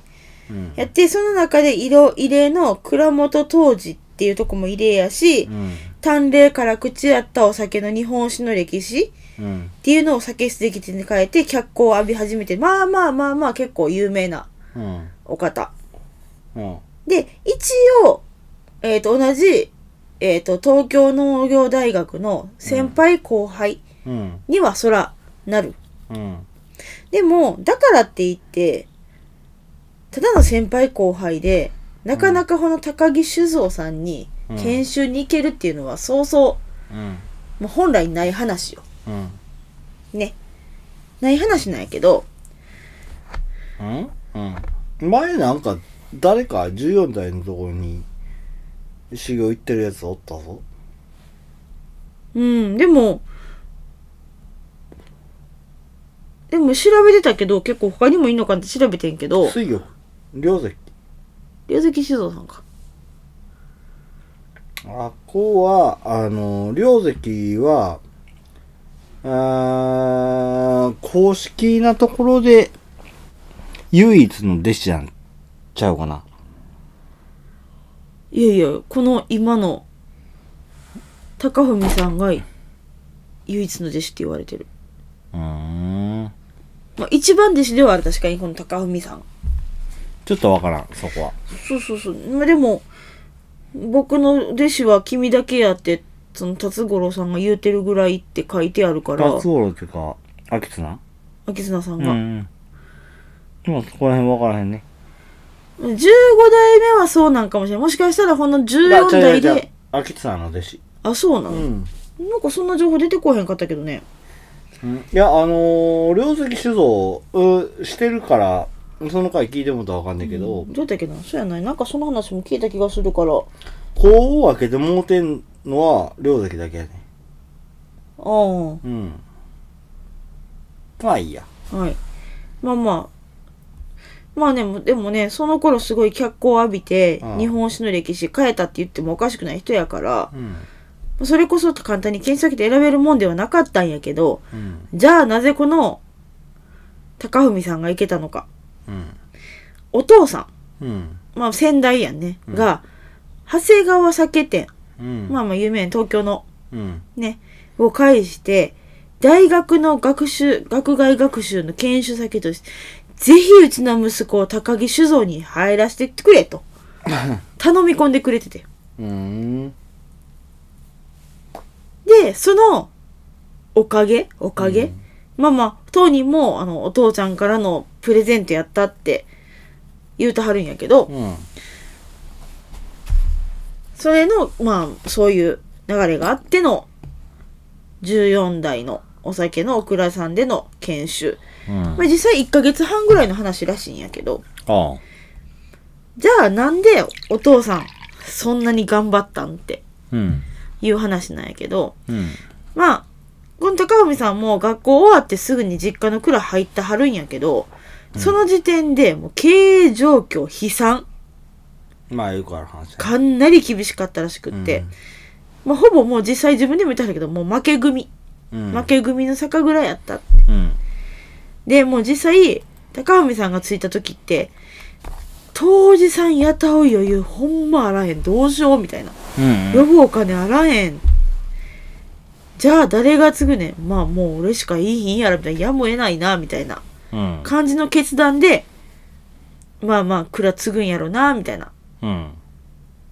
S1: うん。
S2: やって、その中で色、異例の蔵元当時っていうとこも異例やし
S1: う、ん。
S2: 淡麗から口合ったお酒の日本酒の歴史
S1: うん。
S2: っていうのを酒室で基地に変えて脚光を浴び始めて、まあまあまあまあ結構有名な
S1: うん。
S2: お方。
S1: うん。
S2: で、一応、えっ、と、同じ、えっ、と、東京農業大学の先輩後輩
S1: うん。
S2: にはそらなる。
S1: うん。
S2: でも、だからって言って、ただの先輩後輩で、なかなかこの高木酒造さんに
S1: うん
S2: 研修に行けるっていうのは、そうそ
S1: うん。
S2: う、もう本来ない話よ。
S1: うん。
S2: ね。ない話なんやけど、
S1: うんうん。前なんか、誰か14代のところに修行行ってるやつおったぞ。
S2: うん、でも、でも調べてたけど、結構他にもいいのかって調べてんけど、
S1: 水魚。両関。
S2: 龍関酒造さんか。
S1: あっこは、あの、両関は、あー公式なところで、唯一の弟子なんちゃうかな。
S2: いやいやこの今の高文さんが唯一の弟子って言われてる、
S1: うーん。
S2: まあ、一番弟子ではある確かにこの高文さん
S1: ちょっとわからん、そこは。
S2: そうそうそうまあでも僕の弟子は君だけやってその辰五郎さんが言うてるぐらいって書いてあるから
S1: ラツオロっていうか、アキツナ
S2: 秋綱さん
S1: う
S2: が、
S1: ん。でもそこら辺わからへんね。
S2: 15代目はそうなんかもしれないもしかしたらこの14代で。
S1: アキツナの弟子。
S2: あそうなの、
S1: ん。
S2: なんかそんな情報出てこへんかったけどね
S1: うんいや、あのー、両関酒造うしてるから、その回聞いてもらったらわかんないけど、
S2: どうやったっけなそうやないなんかその話も聞いた気がするからあ
S1: こう分けてもうてんのは両関だけやね。
S2: あ
S1: うん。まあいいや。
S2: はい。まあまあ。まあね、もでもね、その頃すごい脚光を浴びて、
S1: うん
S2: 日本史の歴史変えたって言ってもおかしくない人やから
S1: う、ん。
S2: それこそ簡単に検索で選べるもんではなかったんやけど、
S1: うん。
S2: じゃあなぜこの、高文さんがいけたのか。
S1: うん。
S2: お父さ
S1: うん。
S2: ん、まあ先代やんね、が、長谷川酒店、
S1: うん。
S2: まあまあ有名な東京の
S1: うん。
S2: ね、を介して、大学の学習、学外学習の研修先として、ぜひうちの息子を高木酒造に入らせてくれ と、頼み込んでくれてて。
S1: うん。
S2: で、その、おかげおかげ、まあまあ、当人も、あの、お父ちゃんからのプレゼントやったって言うとはるんやけど、
S1: うん。
S2: それの、まあ、そういう流れがあっての、14代のお酒のお蔵さんでの研修。
S1: うん。
S2: まあ、実際1ヶ月半ぐらいの話らしいんやけど、
S1: ああ。
S2: じゃあなんでお父さんそんなに頑張ったんって
S1: うん。
S2: いう話なんやけど、
S1: うん。
S2: まあ、この高文さんも学校終わってすぐに実家の蔵入ってはるんやけど、その時点でもう経営状況悲惨、
S1: まあよくある話だね。
S2: かなり厳しかったらしくって、まあほぼもう実際自分でも言ってはるけど、もう負け組、
S1: うん。
S2: 負け組の酒蔵やった
S1: うん。
S2: で、もう実際、高文さんが着いた時って、当時さん雇う余裕ほんまあらへん。どうしようみたいな。
S1: うん。
S2: 呼ぶお金あらへん。じゃあ誰が継ぐねん。まあもう俺しかいいひんやろみたいな。やむを得ないな、みたいな
S1: うん。
S2: 感じの決断で、まあまあ蔵継ぐんやろな、みたいな
S1: うん。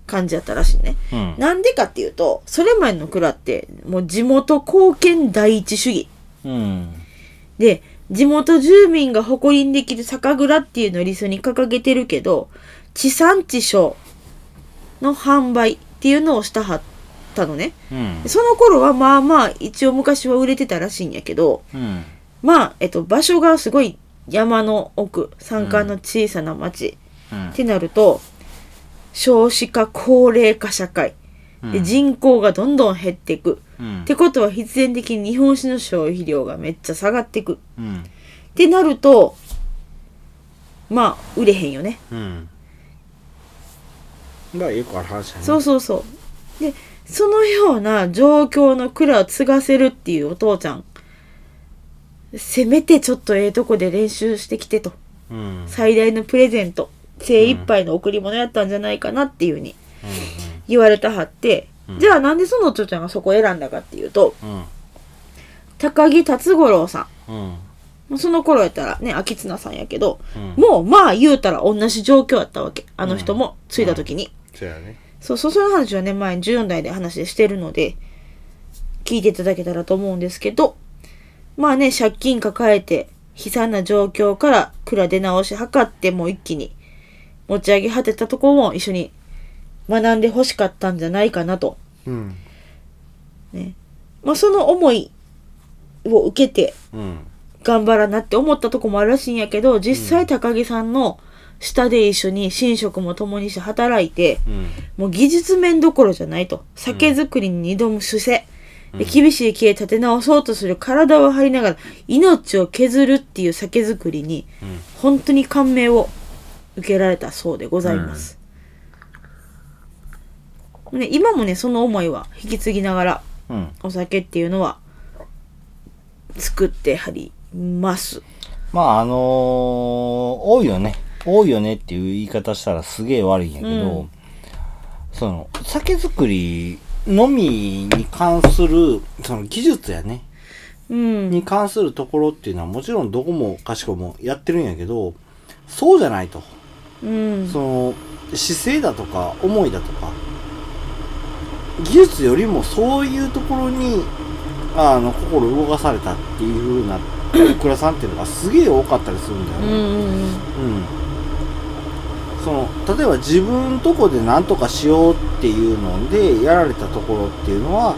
S2: 感じやったらしいね。
S1: うん。
S2: なんでかっていうと、それまでの蔵って、もう地元貢献第一主義。
S1: うん。
S2: で、地元住民が誇りにできる酒蔵っていうのを理想に掲げてるけど、地産地消の販売っていうのをしたはったのね。
S1: うん。
S2: その頃はまあまあ一応昔は売れてたらしいんやけど、
S1: うん。
S2: まあ、えっと、場所がすごい山の奥、山間の小さな町、
S1: うん
S2: ってなると、少子化、高齢化社会。で人口がどんどん減っていく。
S1: うん
S2: ってことは必然的に日本酒の消費量がめっちゃ下がっていく。
S1: うん。
S2: ってなるとまあ売れへんよね、
S1: うん。まあよくある話だね。
S2: そうそうそうでそのような状況の蔵を継がせるっていうお父ちゃんせめてちょっとええとこで練習してきてと
S1: うん。
S2: 最大のプレゼント精一杯の贈り物やったんじゃないかなっていうふうに
S1: う
S2: 言われたはって、
S1: うん
S2: じゃあなんでそのお父ちゃんがそこを選んだかっていうと
S1: ん。
S2: 高木辰五郎さ
S1: う
S2: ん
S1: ん。
S2: もうその頃やったらね秋綱さんやけど、
S1: うん。
S2: もうまあ言うたら同じ状況やったわけあの人も継いだ時に、
S1: そうやね。
S2: そうそうその話はね前に14代で話してるので聞いていただけたらと思うんですけどまあね借金抱えて悲惨な状況から蔵出直し図ってもう一気に持ち上げ果てたところも一緒に学んでほしかったんじゃないかなと、
S1: うん。
S2: まあ、その思いを受けて
S1: うん。
S2: 頑張らなって思ったとこもあるらしいんやけど実際高木さんの下で一緒に寝食も共にして働いて、
S1: うん。
S2: もう技術面どころじゃないと。酒造りに挑む姿勢。で厳しい経営立て直そうとする体を張りながら命を削るっていう酒造りに
S1: うん
S2: 本当に感銘を受けられたそうでございます。ね、今もね、その思いは引き継ぎながら
S1: うん。
S2: お酒っていうのは作ってはります。
S1: まああのー多いよね多いよねっていう言い方したらすげえ悪いんやけど、
S2: うん
S1: その酒造りのみに関するその技術やね
S2: うん
S1: に関するところっていうのはもちろんどこもかしこもやってるんやけどそうじゃないと
S2: うん
S1: その姿勢だとか思いだとか技術よりもそういうところにあの心動かされたっていう風なおらさんっていうのがすげえ多かったりするんだよ
S2: うんう
S1: ね、
S2: ん
S1: うん、その例えば自分とこで何とかしようっていうのでやられたところっていうのは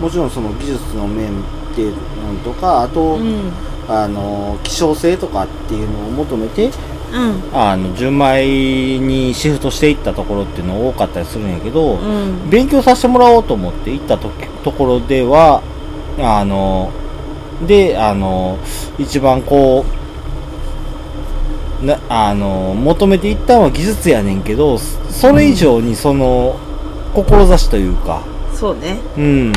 S1: もちろんその技術の面っていうのとかあと、
S2: うん
S1: あの希少性とかっていうのを求めて
S2: うん
S1: あの純米にシフトしていったところっていうの多かったりするんやけど、
S2: うん
S1: 勉強させてもらおうと思って行ったとところではあのであの一番こうなあの求めていったのは技術やねんけどそれ以上にその志というか、
S2: そうね
S1: うん、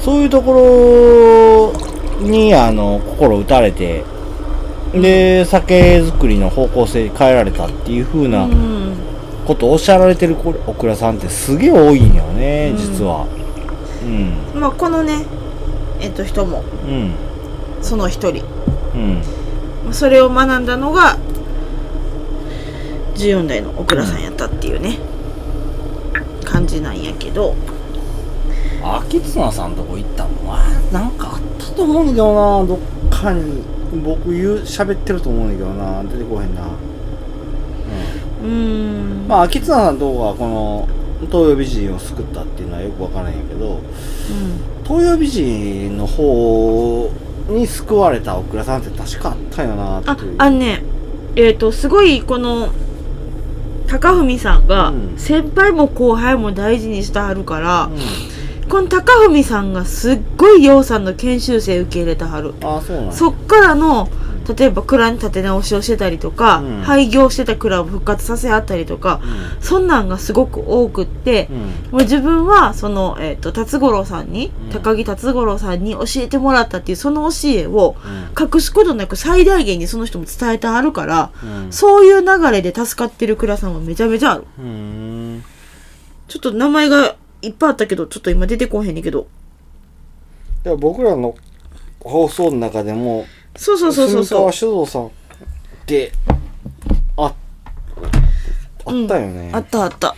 S1: そういうところにあの心打たれてで酒造りの方向性変えられたっていう風
S2: う
S1: な、
S2: ん
S1: ことをおっしゃられてるこれオクラさんってすげえ多いんよね、
S2: うん
S1: 実はうん
S2: まあこのねえっと人も
S1: うん
S2: その一人
S1: うん
S2: それを学んだのが14代の小倉さんやったっていうね感じなんやけど
S1: 秋綱さんとこ行ったのはなんかあったと思うんだけどなどっかに僕言う喋ってると思うんだけどな出てこへんな、
S2: う
S1: う
S2: ーん
S1: ん、まあ秋綱さんのとこがこの東洋美人を救ったっていうのはよくわからへんやけど東洋美人の方に救われたオクラさんって確かあったよな
S2: あ
S1: っていう
S2: あのねえっ、とすごいこの高文さんが
S1: うん
S2: 先輩も後輩も大事にしてはるから
S1: う、ん
S2: この高文さんがすっごい洋さんの研修生受け入れてはる
S1: あそうなんや
S2: そっからの例えば蔵に立て直しをしてたりとか、
S1: うん
S2: 廃業してた蔵を復活させはったりとかそんなんがすごく多くって
S1: う、んうん
S2: もう自分はその、えっと達五郎さんに、
S1: うん
S2: 高木達五郎さんに教えてもらったっていうその教えを
S1: う
S2: 隠すことなく最大限にその人も伝えてあるから、
S1: ん
S2: そういう流れで助かってる蔵さんはめちゃめちゃある
S1: うーん
S2: ちょっと名前がいっぱいあったけどちょっと今出てこへんねんけど
S1: でも僕らの放送の中でも
S2: そうそうそうそう
S1: 鈴
S2: そう
S1: 川酒造さんってああったよね、
S2: あったあった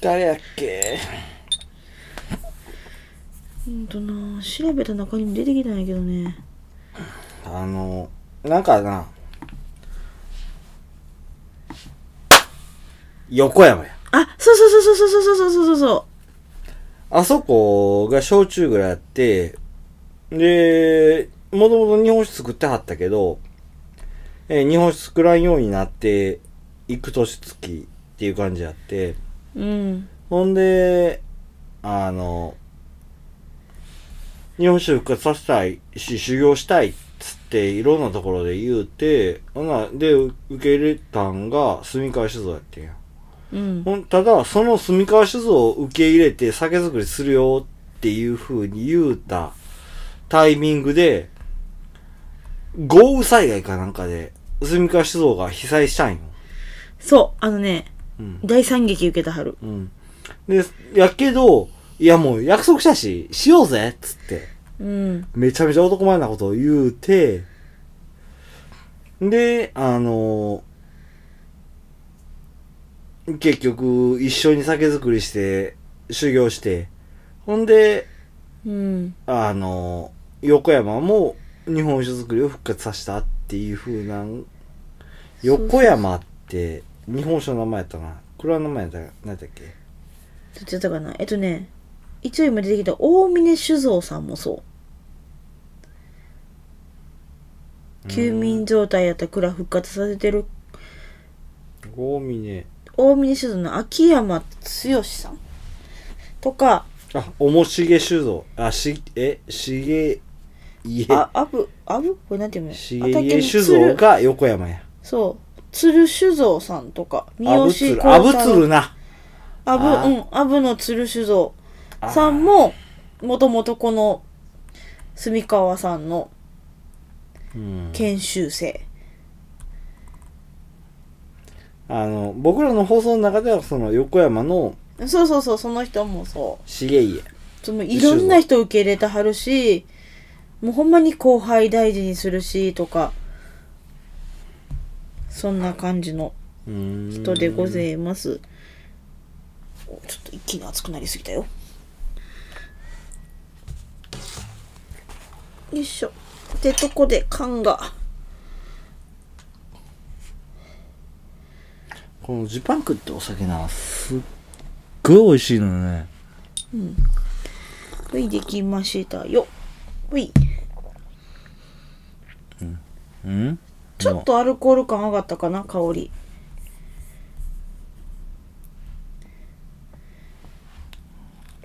S1: 誰やっけ
S2: うんとな調べた中にも出てきたんやけどね
S1: あのなんかな横山や
S2: あそうそうそうそうそうそうそうそうそ
S1: あそこが焼酎蔵やって、で、もともと日本酒作ってはったけど、えー日本酒作らんようになって、行く年月っていう感じやって、
S2: ううん
S1: ほんで、あの、日本酒復活させたいし、修行したいっつって、いろんなところで言うて、ほな、で、受け入れたんが、住川酒造やってんや。
S2: うん
S1: ほんただ、その住川酒造を受け入れて酒造りするよっていう風に言うたタイミングで、豪雨災害かなんかで、住川酒造が被災したんよ。
S2: そうあのね
S1: うん。
S2: 大惨劇受けたはる
S1: うん。で、やけど、いやもう約束したし、しようぜっつって、
S2: うん
S1: めちゃめちゃ男前なことを言うて、で、あの結局、一緒に酒造りして、修行して、ほんで、
S2: うん
S1: あの横山も日本酒造りを復活させたっていう風なん、横山って、日本酒の名前やったな。これは名前やった、何やったっけ
S2: どっちだったかなえっとね一応今出てきた大峰酒造さんもそう休眠状態やった蔵復活させてる
S1: 大峰。
S2: 大峰酒造の秋山剛さんとか
S1: あ、おもしげ酒造。あ、し、え、しげ、いえ。
S2: あアブアブこれなんて読む
S1: 重
S2: あたけ
S1: 家
S2: の
S1: 酒
S2: 鶴
S1: 造が横山や。
S2: そう鶴酒造さんとか三
S1: 阿武
S2: 好
S1: 鶴。
S2: 幸
S1: 阿武
S2: 太郎
S1: 鶴な。
S2: アブ、
S1: あー
S2: うん、アブの鶴酒造
S1: あー
S2: さんも、もともとこの、住川さんの
S1: うん。
S2: 研修生
S1: あの僕らの放送の中ではその横山の
S2: そうそうそうその人もそう
S1: 重家
S2: そのいろんな人受け入れてはるしもうほんまに後輩大事にするしとかそんな感じの人
S1: 人
S2: でございますおちょっと一気に熱くなりすぎたよよいしょでとこで缶が
S1: このジパンクってお酒なすっごい美味しいのね
S2: ほいできましたよほい
S1: うん
S2: ちょっとアルコール感上がったかな香り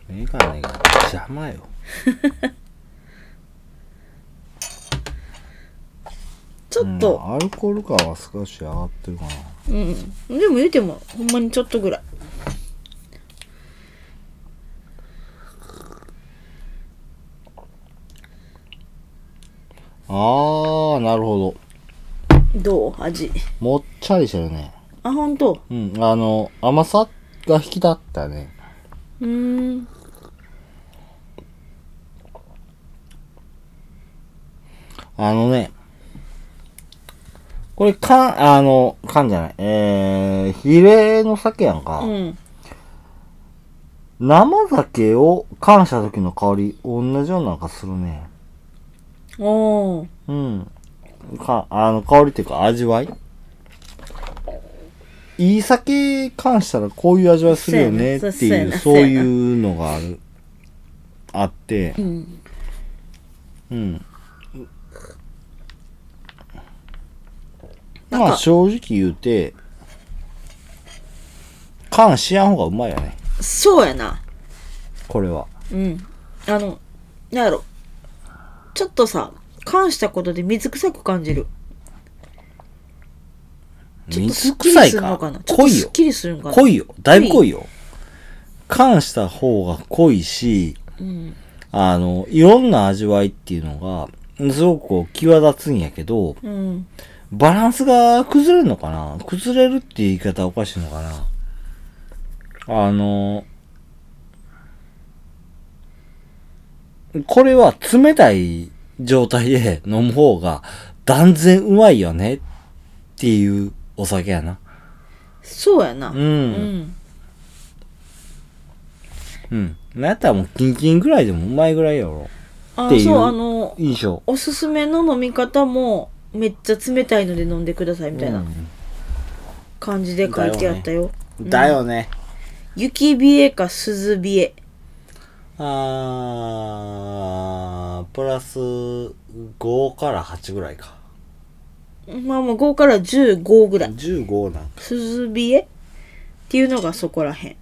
S1: メガネが邪魔よ
S2: ちょっと、
S1: うんアルコール感は少し上がってるかな
S2: うん。でも言うても、ほんまにちょっとぐらい。
S1: あーなるほど
S2: どう味。
S1: もっちゃりしてるね
S2: あ、ほんと。
S1: うんあの甘さが引き立ったね
S2: うーん。
S1: あのね、これ、缶、あの、缶じゃない、えー、ヒレの酒やんか。
S2: うん。
S1: 生酒を缶した時の香り、同じようななんかするね。
S2: おー。
S1: うん。か、あの、香りっていうか味わいいい酒缶したらこういう味わいするよねって
S2: そうや
S1: いう、
S2: な
S1: そ
S2: そううやな
S1: いうのがある、あって、
S2: うん。
S1: うん。
S2: なんか
S1: まあ正直言うて、缶しやん方がうまいよね。
S2: そうやな。
S1: これは。
S2: うん。あの、なんやろ。ちょっとさ、缶したことで水臭く感じる。ちょっとす
S1: 水
S2: っきり
S1: 臭い
S2: する
S1: か
S2: のかな。ちょっ
S1: 濃
S2: と
S1: い
S2: す
S1: よ
S2: っ。きりするんかな。
S1: 濃いよ。だいぶ濃いよ。缶した方が濃いし、
S2: うん。
S1: あの、いろんな味わいっていうのが、すごくこう際立つんやけど、
S2: うん。
S1: バランスが崩れるのかな崩れるって言い方はおかしいのかなあの、これは冷たい状態で飲む方が断然うまいよねっていうお酒やな。
S2: そうやな。
S1: う。
S2: うんん。
S1: うん。なんやったらもうキンキンぐらいでもうまいぐらいやろ。っ
S2: あ
S1: てい、う
S2: そう、あの、
S1: 印象。
S2: おすすめの飲み方も、めっちゃ冷たいので飲んでくださいみたいな
S1: うん
S2: 感じで書いてあったよ。
S1: だよね。
S2: 雪冷えか鈴冷え。
S1: あー、プラス5から8ぐらいか。
S2: まあまあ5から15ぐらい。
S1: 15なんか。
S2: 鈴冷えっていうのがそこらへん。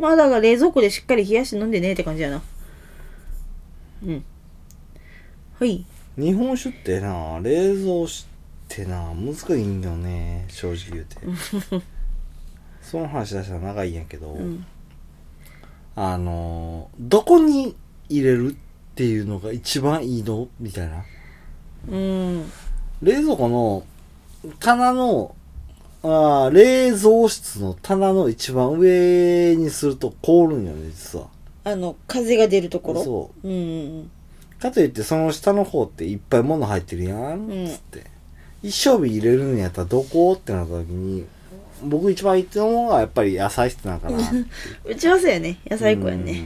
S2: まあだから冷蔵庫でしっかり冷やして飲んでねって感じやな。うん。はい。
S1: 日本酒ってな、冷蔵酒ってな、難しいんよね、正直言うて。 その話出したら長いんやけど、
S2: うん。
S1: あのー、どこに入れるっていうのが一番いいのみたいな。
S2: うん。
S1: 冷蔵庫の棚の、あー冷蔵室の棚の一番上にすると凍るんよね、実は。
S2: あの、風が出るところ。。
S1: そう
S2: うん。
S1: う。かといって、その下の方っていっぱい物入ってるやん、
S2: うん
S1: つって。一生日入れるんやったらどこってなった時に、僕一番言ってるのがやっぱり野菜室なんか な。
S2: うちはそうやね。野菜庫や
S1: うー
S2: ね。
S1: ん。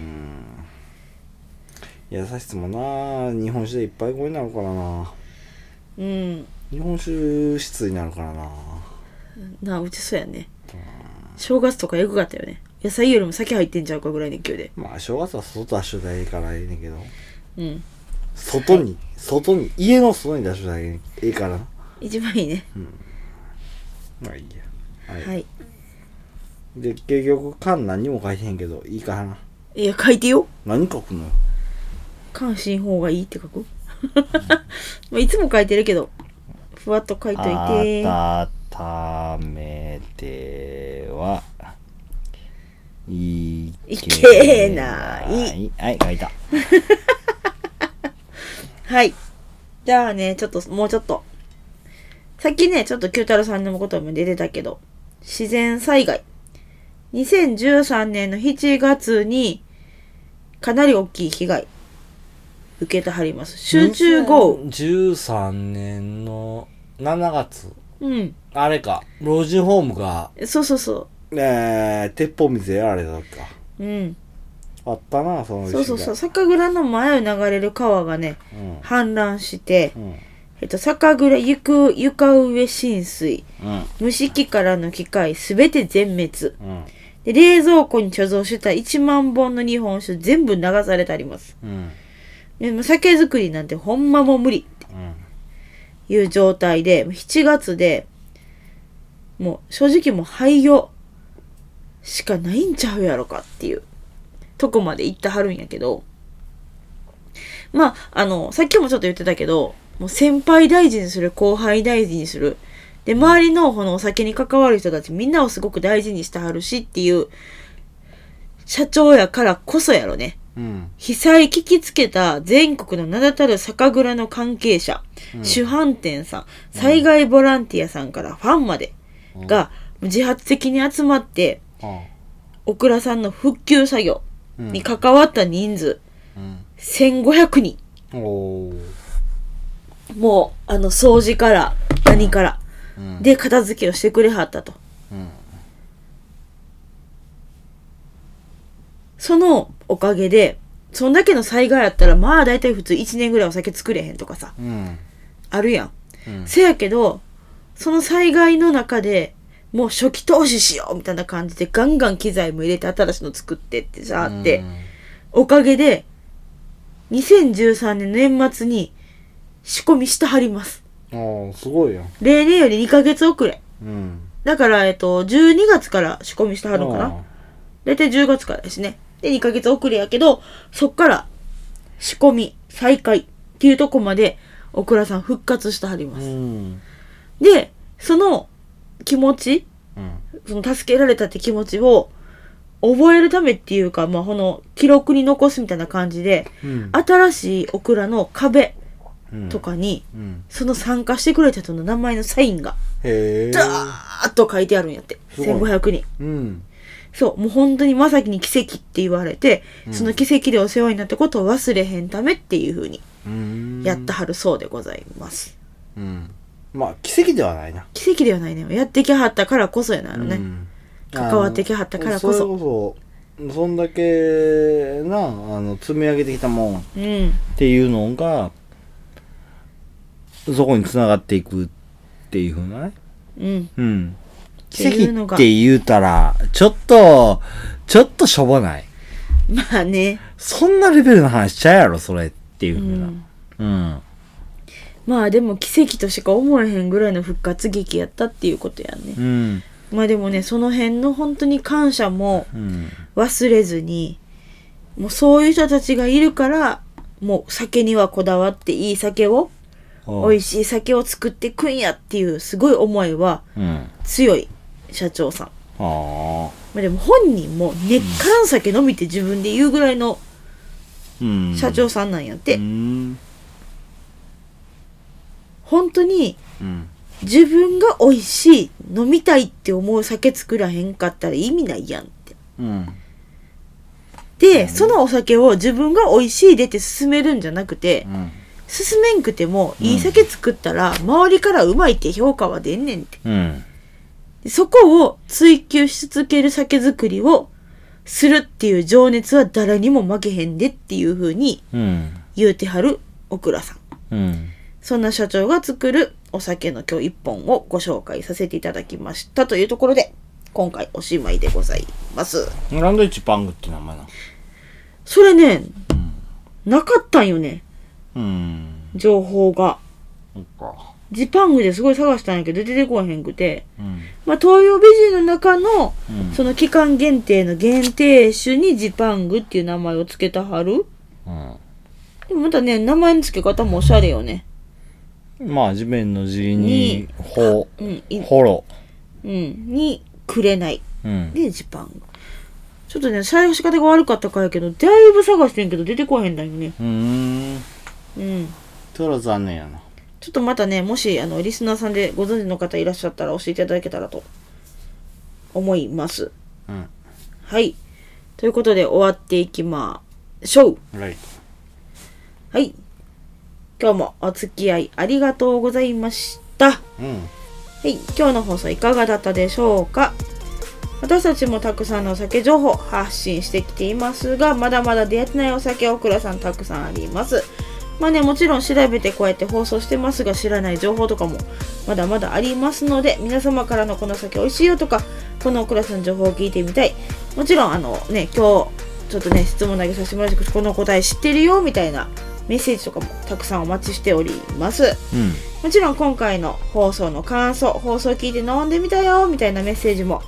S1: 野菜室もな、日本酒でいっぱいこになるからな。
S2: うん。
S1: 日本酒室になるからな。
S2: なあ、うちそうやね。正月とかエグかったよね。野菜よりも先入ってんちゃうかぐらいの勢いで。
S1: まあ、正月は外出しといたらええからええねんけど。
S2: うん。
S1: 外に、外に、家の外に出しといたらええからな。
S2: 一番いいね。
S1: まあいいや。はい。
S2: はい。
S1: で、結局、缶何も書いてへんけど、いいかな。
S2: いや、書いてよ。
S1: 何書くのよ。
S2: 関心方がいいって書く まあいつも書いてるけどふわっと書いといて
S1: 温めては、い。
S2: けない
S1: はい、書いた。
S2: はいじゃあねちょっともうちょっとさっきねちょっと九太郎さんのことも出てたけど自然災害。2013年の7月にかなり大きい被害受けてはります。集中豪
S1: 13年の7月
S2: 雨。うん。
S1: あれか老人ホームが
S2: そうそうそ
S1: えー、鉄砲水やられたか
S2: う。うん。
S1: あったなその
S2: そうそうそう。酒蔵の前を流れる川がね、
S1: うん
S2: 氾濫して、
S1: うん
S2: えっと、酒蔵行く床上浸水、
S1: うん
S2: 蒸し器からの機械すべて全滅。
S1: うん
S2: で、冷蔵庫に貯蔵してた1万本の日本酒全部流されてあります。
S1: うん
S2: でもう酒造りなんてほんまもう無理
S1: うん
S2: っていう状態で、7月で、もう正直もう廃業しかないんちゃうやろかっていうとこまで行ってはるんやけど、まあ、あの、さっきもちょっと言ってたけど、もう先輩大事にする、後輩大事にする。で、周りのこのお酒に関わる人たちみんなをすごく大事にしてはるしっていう、社長やからこそやろね。
S1: うん
S2: 被災聞きつけた全国の名だたる酒蔵の関係者、
S1: うん
S2: 主犯店さん、災害ボランティアさんからファンまでが自発的に集まって、
S1: うん
S2: 小倉さんの復旧作業
S1: うん
S2: に関わった人数、
S1: うん
S2: 1500人。
S1: おー
S2: もう、あの、掃除から、何から、
S1: うん
S2: で、片付けをしてくれはったと。
S1: うん
S2: そのおかげで、そんだけの災害やったら、まあ大体普通1年ぐらいお酒作れへんとかさ、
S1: うん
S2: あるやん。
S1: うん
S2: せやけど、その災害の中で、もう初期投資しようみたいな感じでガンガン機材も入れて新しいの作ってってさ、あって、おかげで、2013年年末に仕込みしてはります。
S1: うんおーすごいやん
S2: 例年より2ヶ月遅れ。
S1: うん
S2: だから、えっと、12月から仕込みしてはるのか
S1: う
S2: なんだいたい10月からですね。で、2ヶ月遅れやけど、そっから仕込み、再開っていうとこまで、小倉さん復活してはります。
S1: うん
S2: で、その気持ち、
S1: うん
S2: その助けられたって気持ちを覚えるためっていうか、まあ、この記録に残すみたいな感じで、
S1: うん
S2: 新しいオクラの壁
S1: うん
S2: とかに、
S1: うん
S2: その参加してくれた人の名前のサインが、
S1: へえ
S2: ダーッと書いてあるんやって。
S1: すごい
S2: 1500人。
S1: うん
S2: そう、もう本当にまさきに奇跡って言われて、
S1: うん
S2: その奇跡でお世話になったことを忘れへんためっていうふうに
S1: うん
S2: やったはるそうでございます。
S1: うんまあ奇跡ではないな
S2: 奇跡ではないね。やってきはったからこそやなのね。
S1: うん
S2: 関わってきはったからこそ
S1: あのれこそそんだけなあの積み上げてきたもんっ
S2: うん。
S1: ていうのがそこに繋がっていくっていうふうなね
S2: うん。
S1: うん
S2: て
S1: 奇
S2: いうの
S1: 跡
S2: が
S1: って言うたらちょっとちょっとしょぼない
S2: まあね。
S1: そんなレベルの話しちゃうやろそれっていう
S2: う。
S1: ふうなんうん
S2: まあでも奇跡としか思えへんぐらいの復活劇やったっていうことやね。
S1: うん
S2: まあでもね、その辺の本当に感謝も
S1: うん
S2: 忘れずに、もうそういう人たちがいるから、もう酒にはこだわっていい酒を、美味
S1: し
S2: しい酒を作ってくんやっていうすごい思いは
S1: うん
S2: 強い社長さん。
S1: ああ
S2: まあでも本人も根っからの酒飲みって自分で言うぐらいの
S1: うん
S2: 社長さんなんやって、
S1: うん
S2: 本当に
S1: うん
S2: 自分が美味しい飲みたいって思う酒作らへんかったら意味ないやんって。
S1: うん
S2: で、そのお酒を自分が美味しいでって勧めるんじゃなくて、
S1: うん
S2: 勧めんくてもいい酒作ったら周りからうまいって評価は出んねんって。
S1: うん
S2: でそこを追求し続ける酒作りをするっていう情熱は誰にも負けへんでっていう風に
S1: うん
S2: 言うてはる小倉さん。
S1: うん
S2: そんな社長が作るお酒の今日一本をご紹介させていただきましたというところで、今回おしまいでございます。
S1: ランドイッチパングって名前なの
S2: それね、なかったんよね、
S1: うん
S2: 情報が。
S1: そっか
S2: ジパングですごい探したんやけど出てこへんくて。
S1: うん
S2: まあ、東洋美人の中の、
S1: うん
S2: その期間限定の限定種にジパングっていう名前を付けたはる
S1: う
S2: でもまたね、名前の付け方もおしゃれよね。
S1: んまあ地面の地に
S2: に
S1: ほ
S2: うん、い
S1: ほろ
S2: うん、に、くれない。
S1: うん
S2: で、ジパング。ちょっとね、探し方が悪かったからやけど、だいぶ探してんけど出てこへんだよね。
S1: うーん
S2: うん。
S1: それは残念やな
S2: ちょっとまたね、もし、あの、リスナーさんでご存知の方いらっしゃったら教えていただけたらと思います。
S1: うん。
S2: はい。ということで終わっていきましょう。
S1: ライト。
S2: はい。今日もお付き合いありがとうございました。
S1: うん。
S2: はい、今日の放送いかがだったでしょうか私たちもたくさんのお酒情報発信してきていますがまだまだ出会ってないお酒オクラさんたくさんありますまあねもちろん調べてこうやって放送してますが知らない情報とかもまだまだありますので皆様からのこの酒美味しいよとかこのオクラさんの情報を聞いてみたいもちろんあのね今日ちょっとね質問投げさせてもらいましたけどこの答え知ってるよみたいなメッセージとかもたくさんお待ちしております
S1: うん。
S2: もちろん今回の放送の感想、放送聞いて飲んでみたよみたいなメッセージも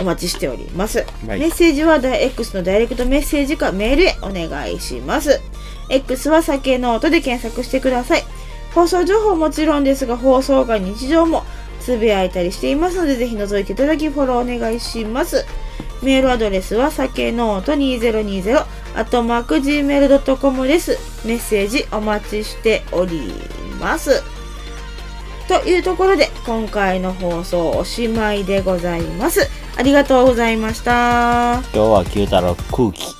S2: お待ちしております。
S1: はい
S2: メッセージはダイ X のダイレクトメッセージかメールへお願いします。X は酒ノートで検索してください。放送情報もちろんですが、放送外日常もつぶやいたりしていますので、ぜひ覗いていただきフォローお願いします。メールアドレスは、さけのーと2020、アットマーク gmail.com です。メッセージお待ちしております。というところで、今回の放送おしまいでございます。ありがとうございました。
S1: 今日は九太郎空気。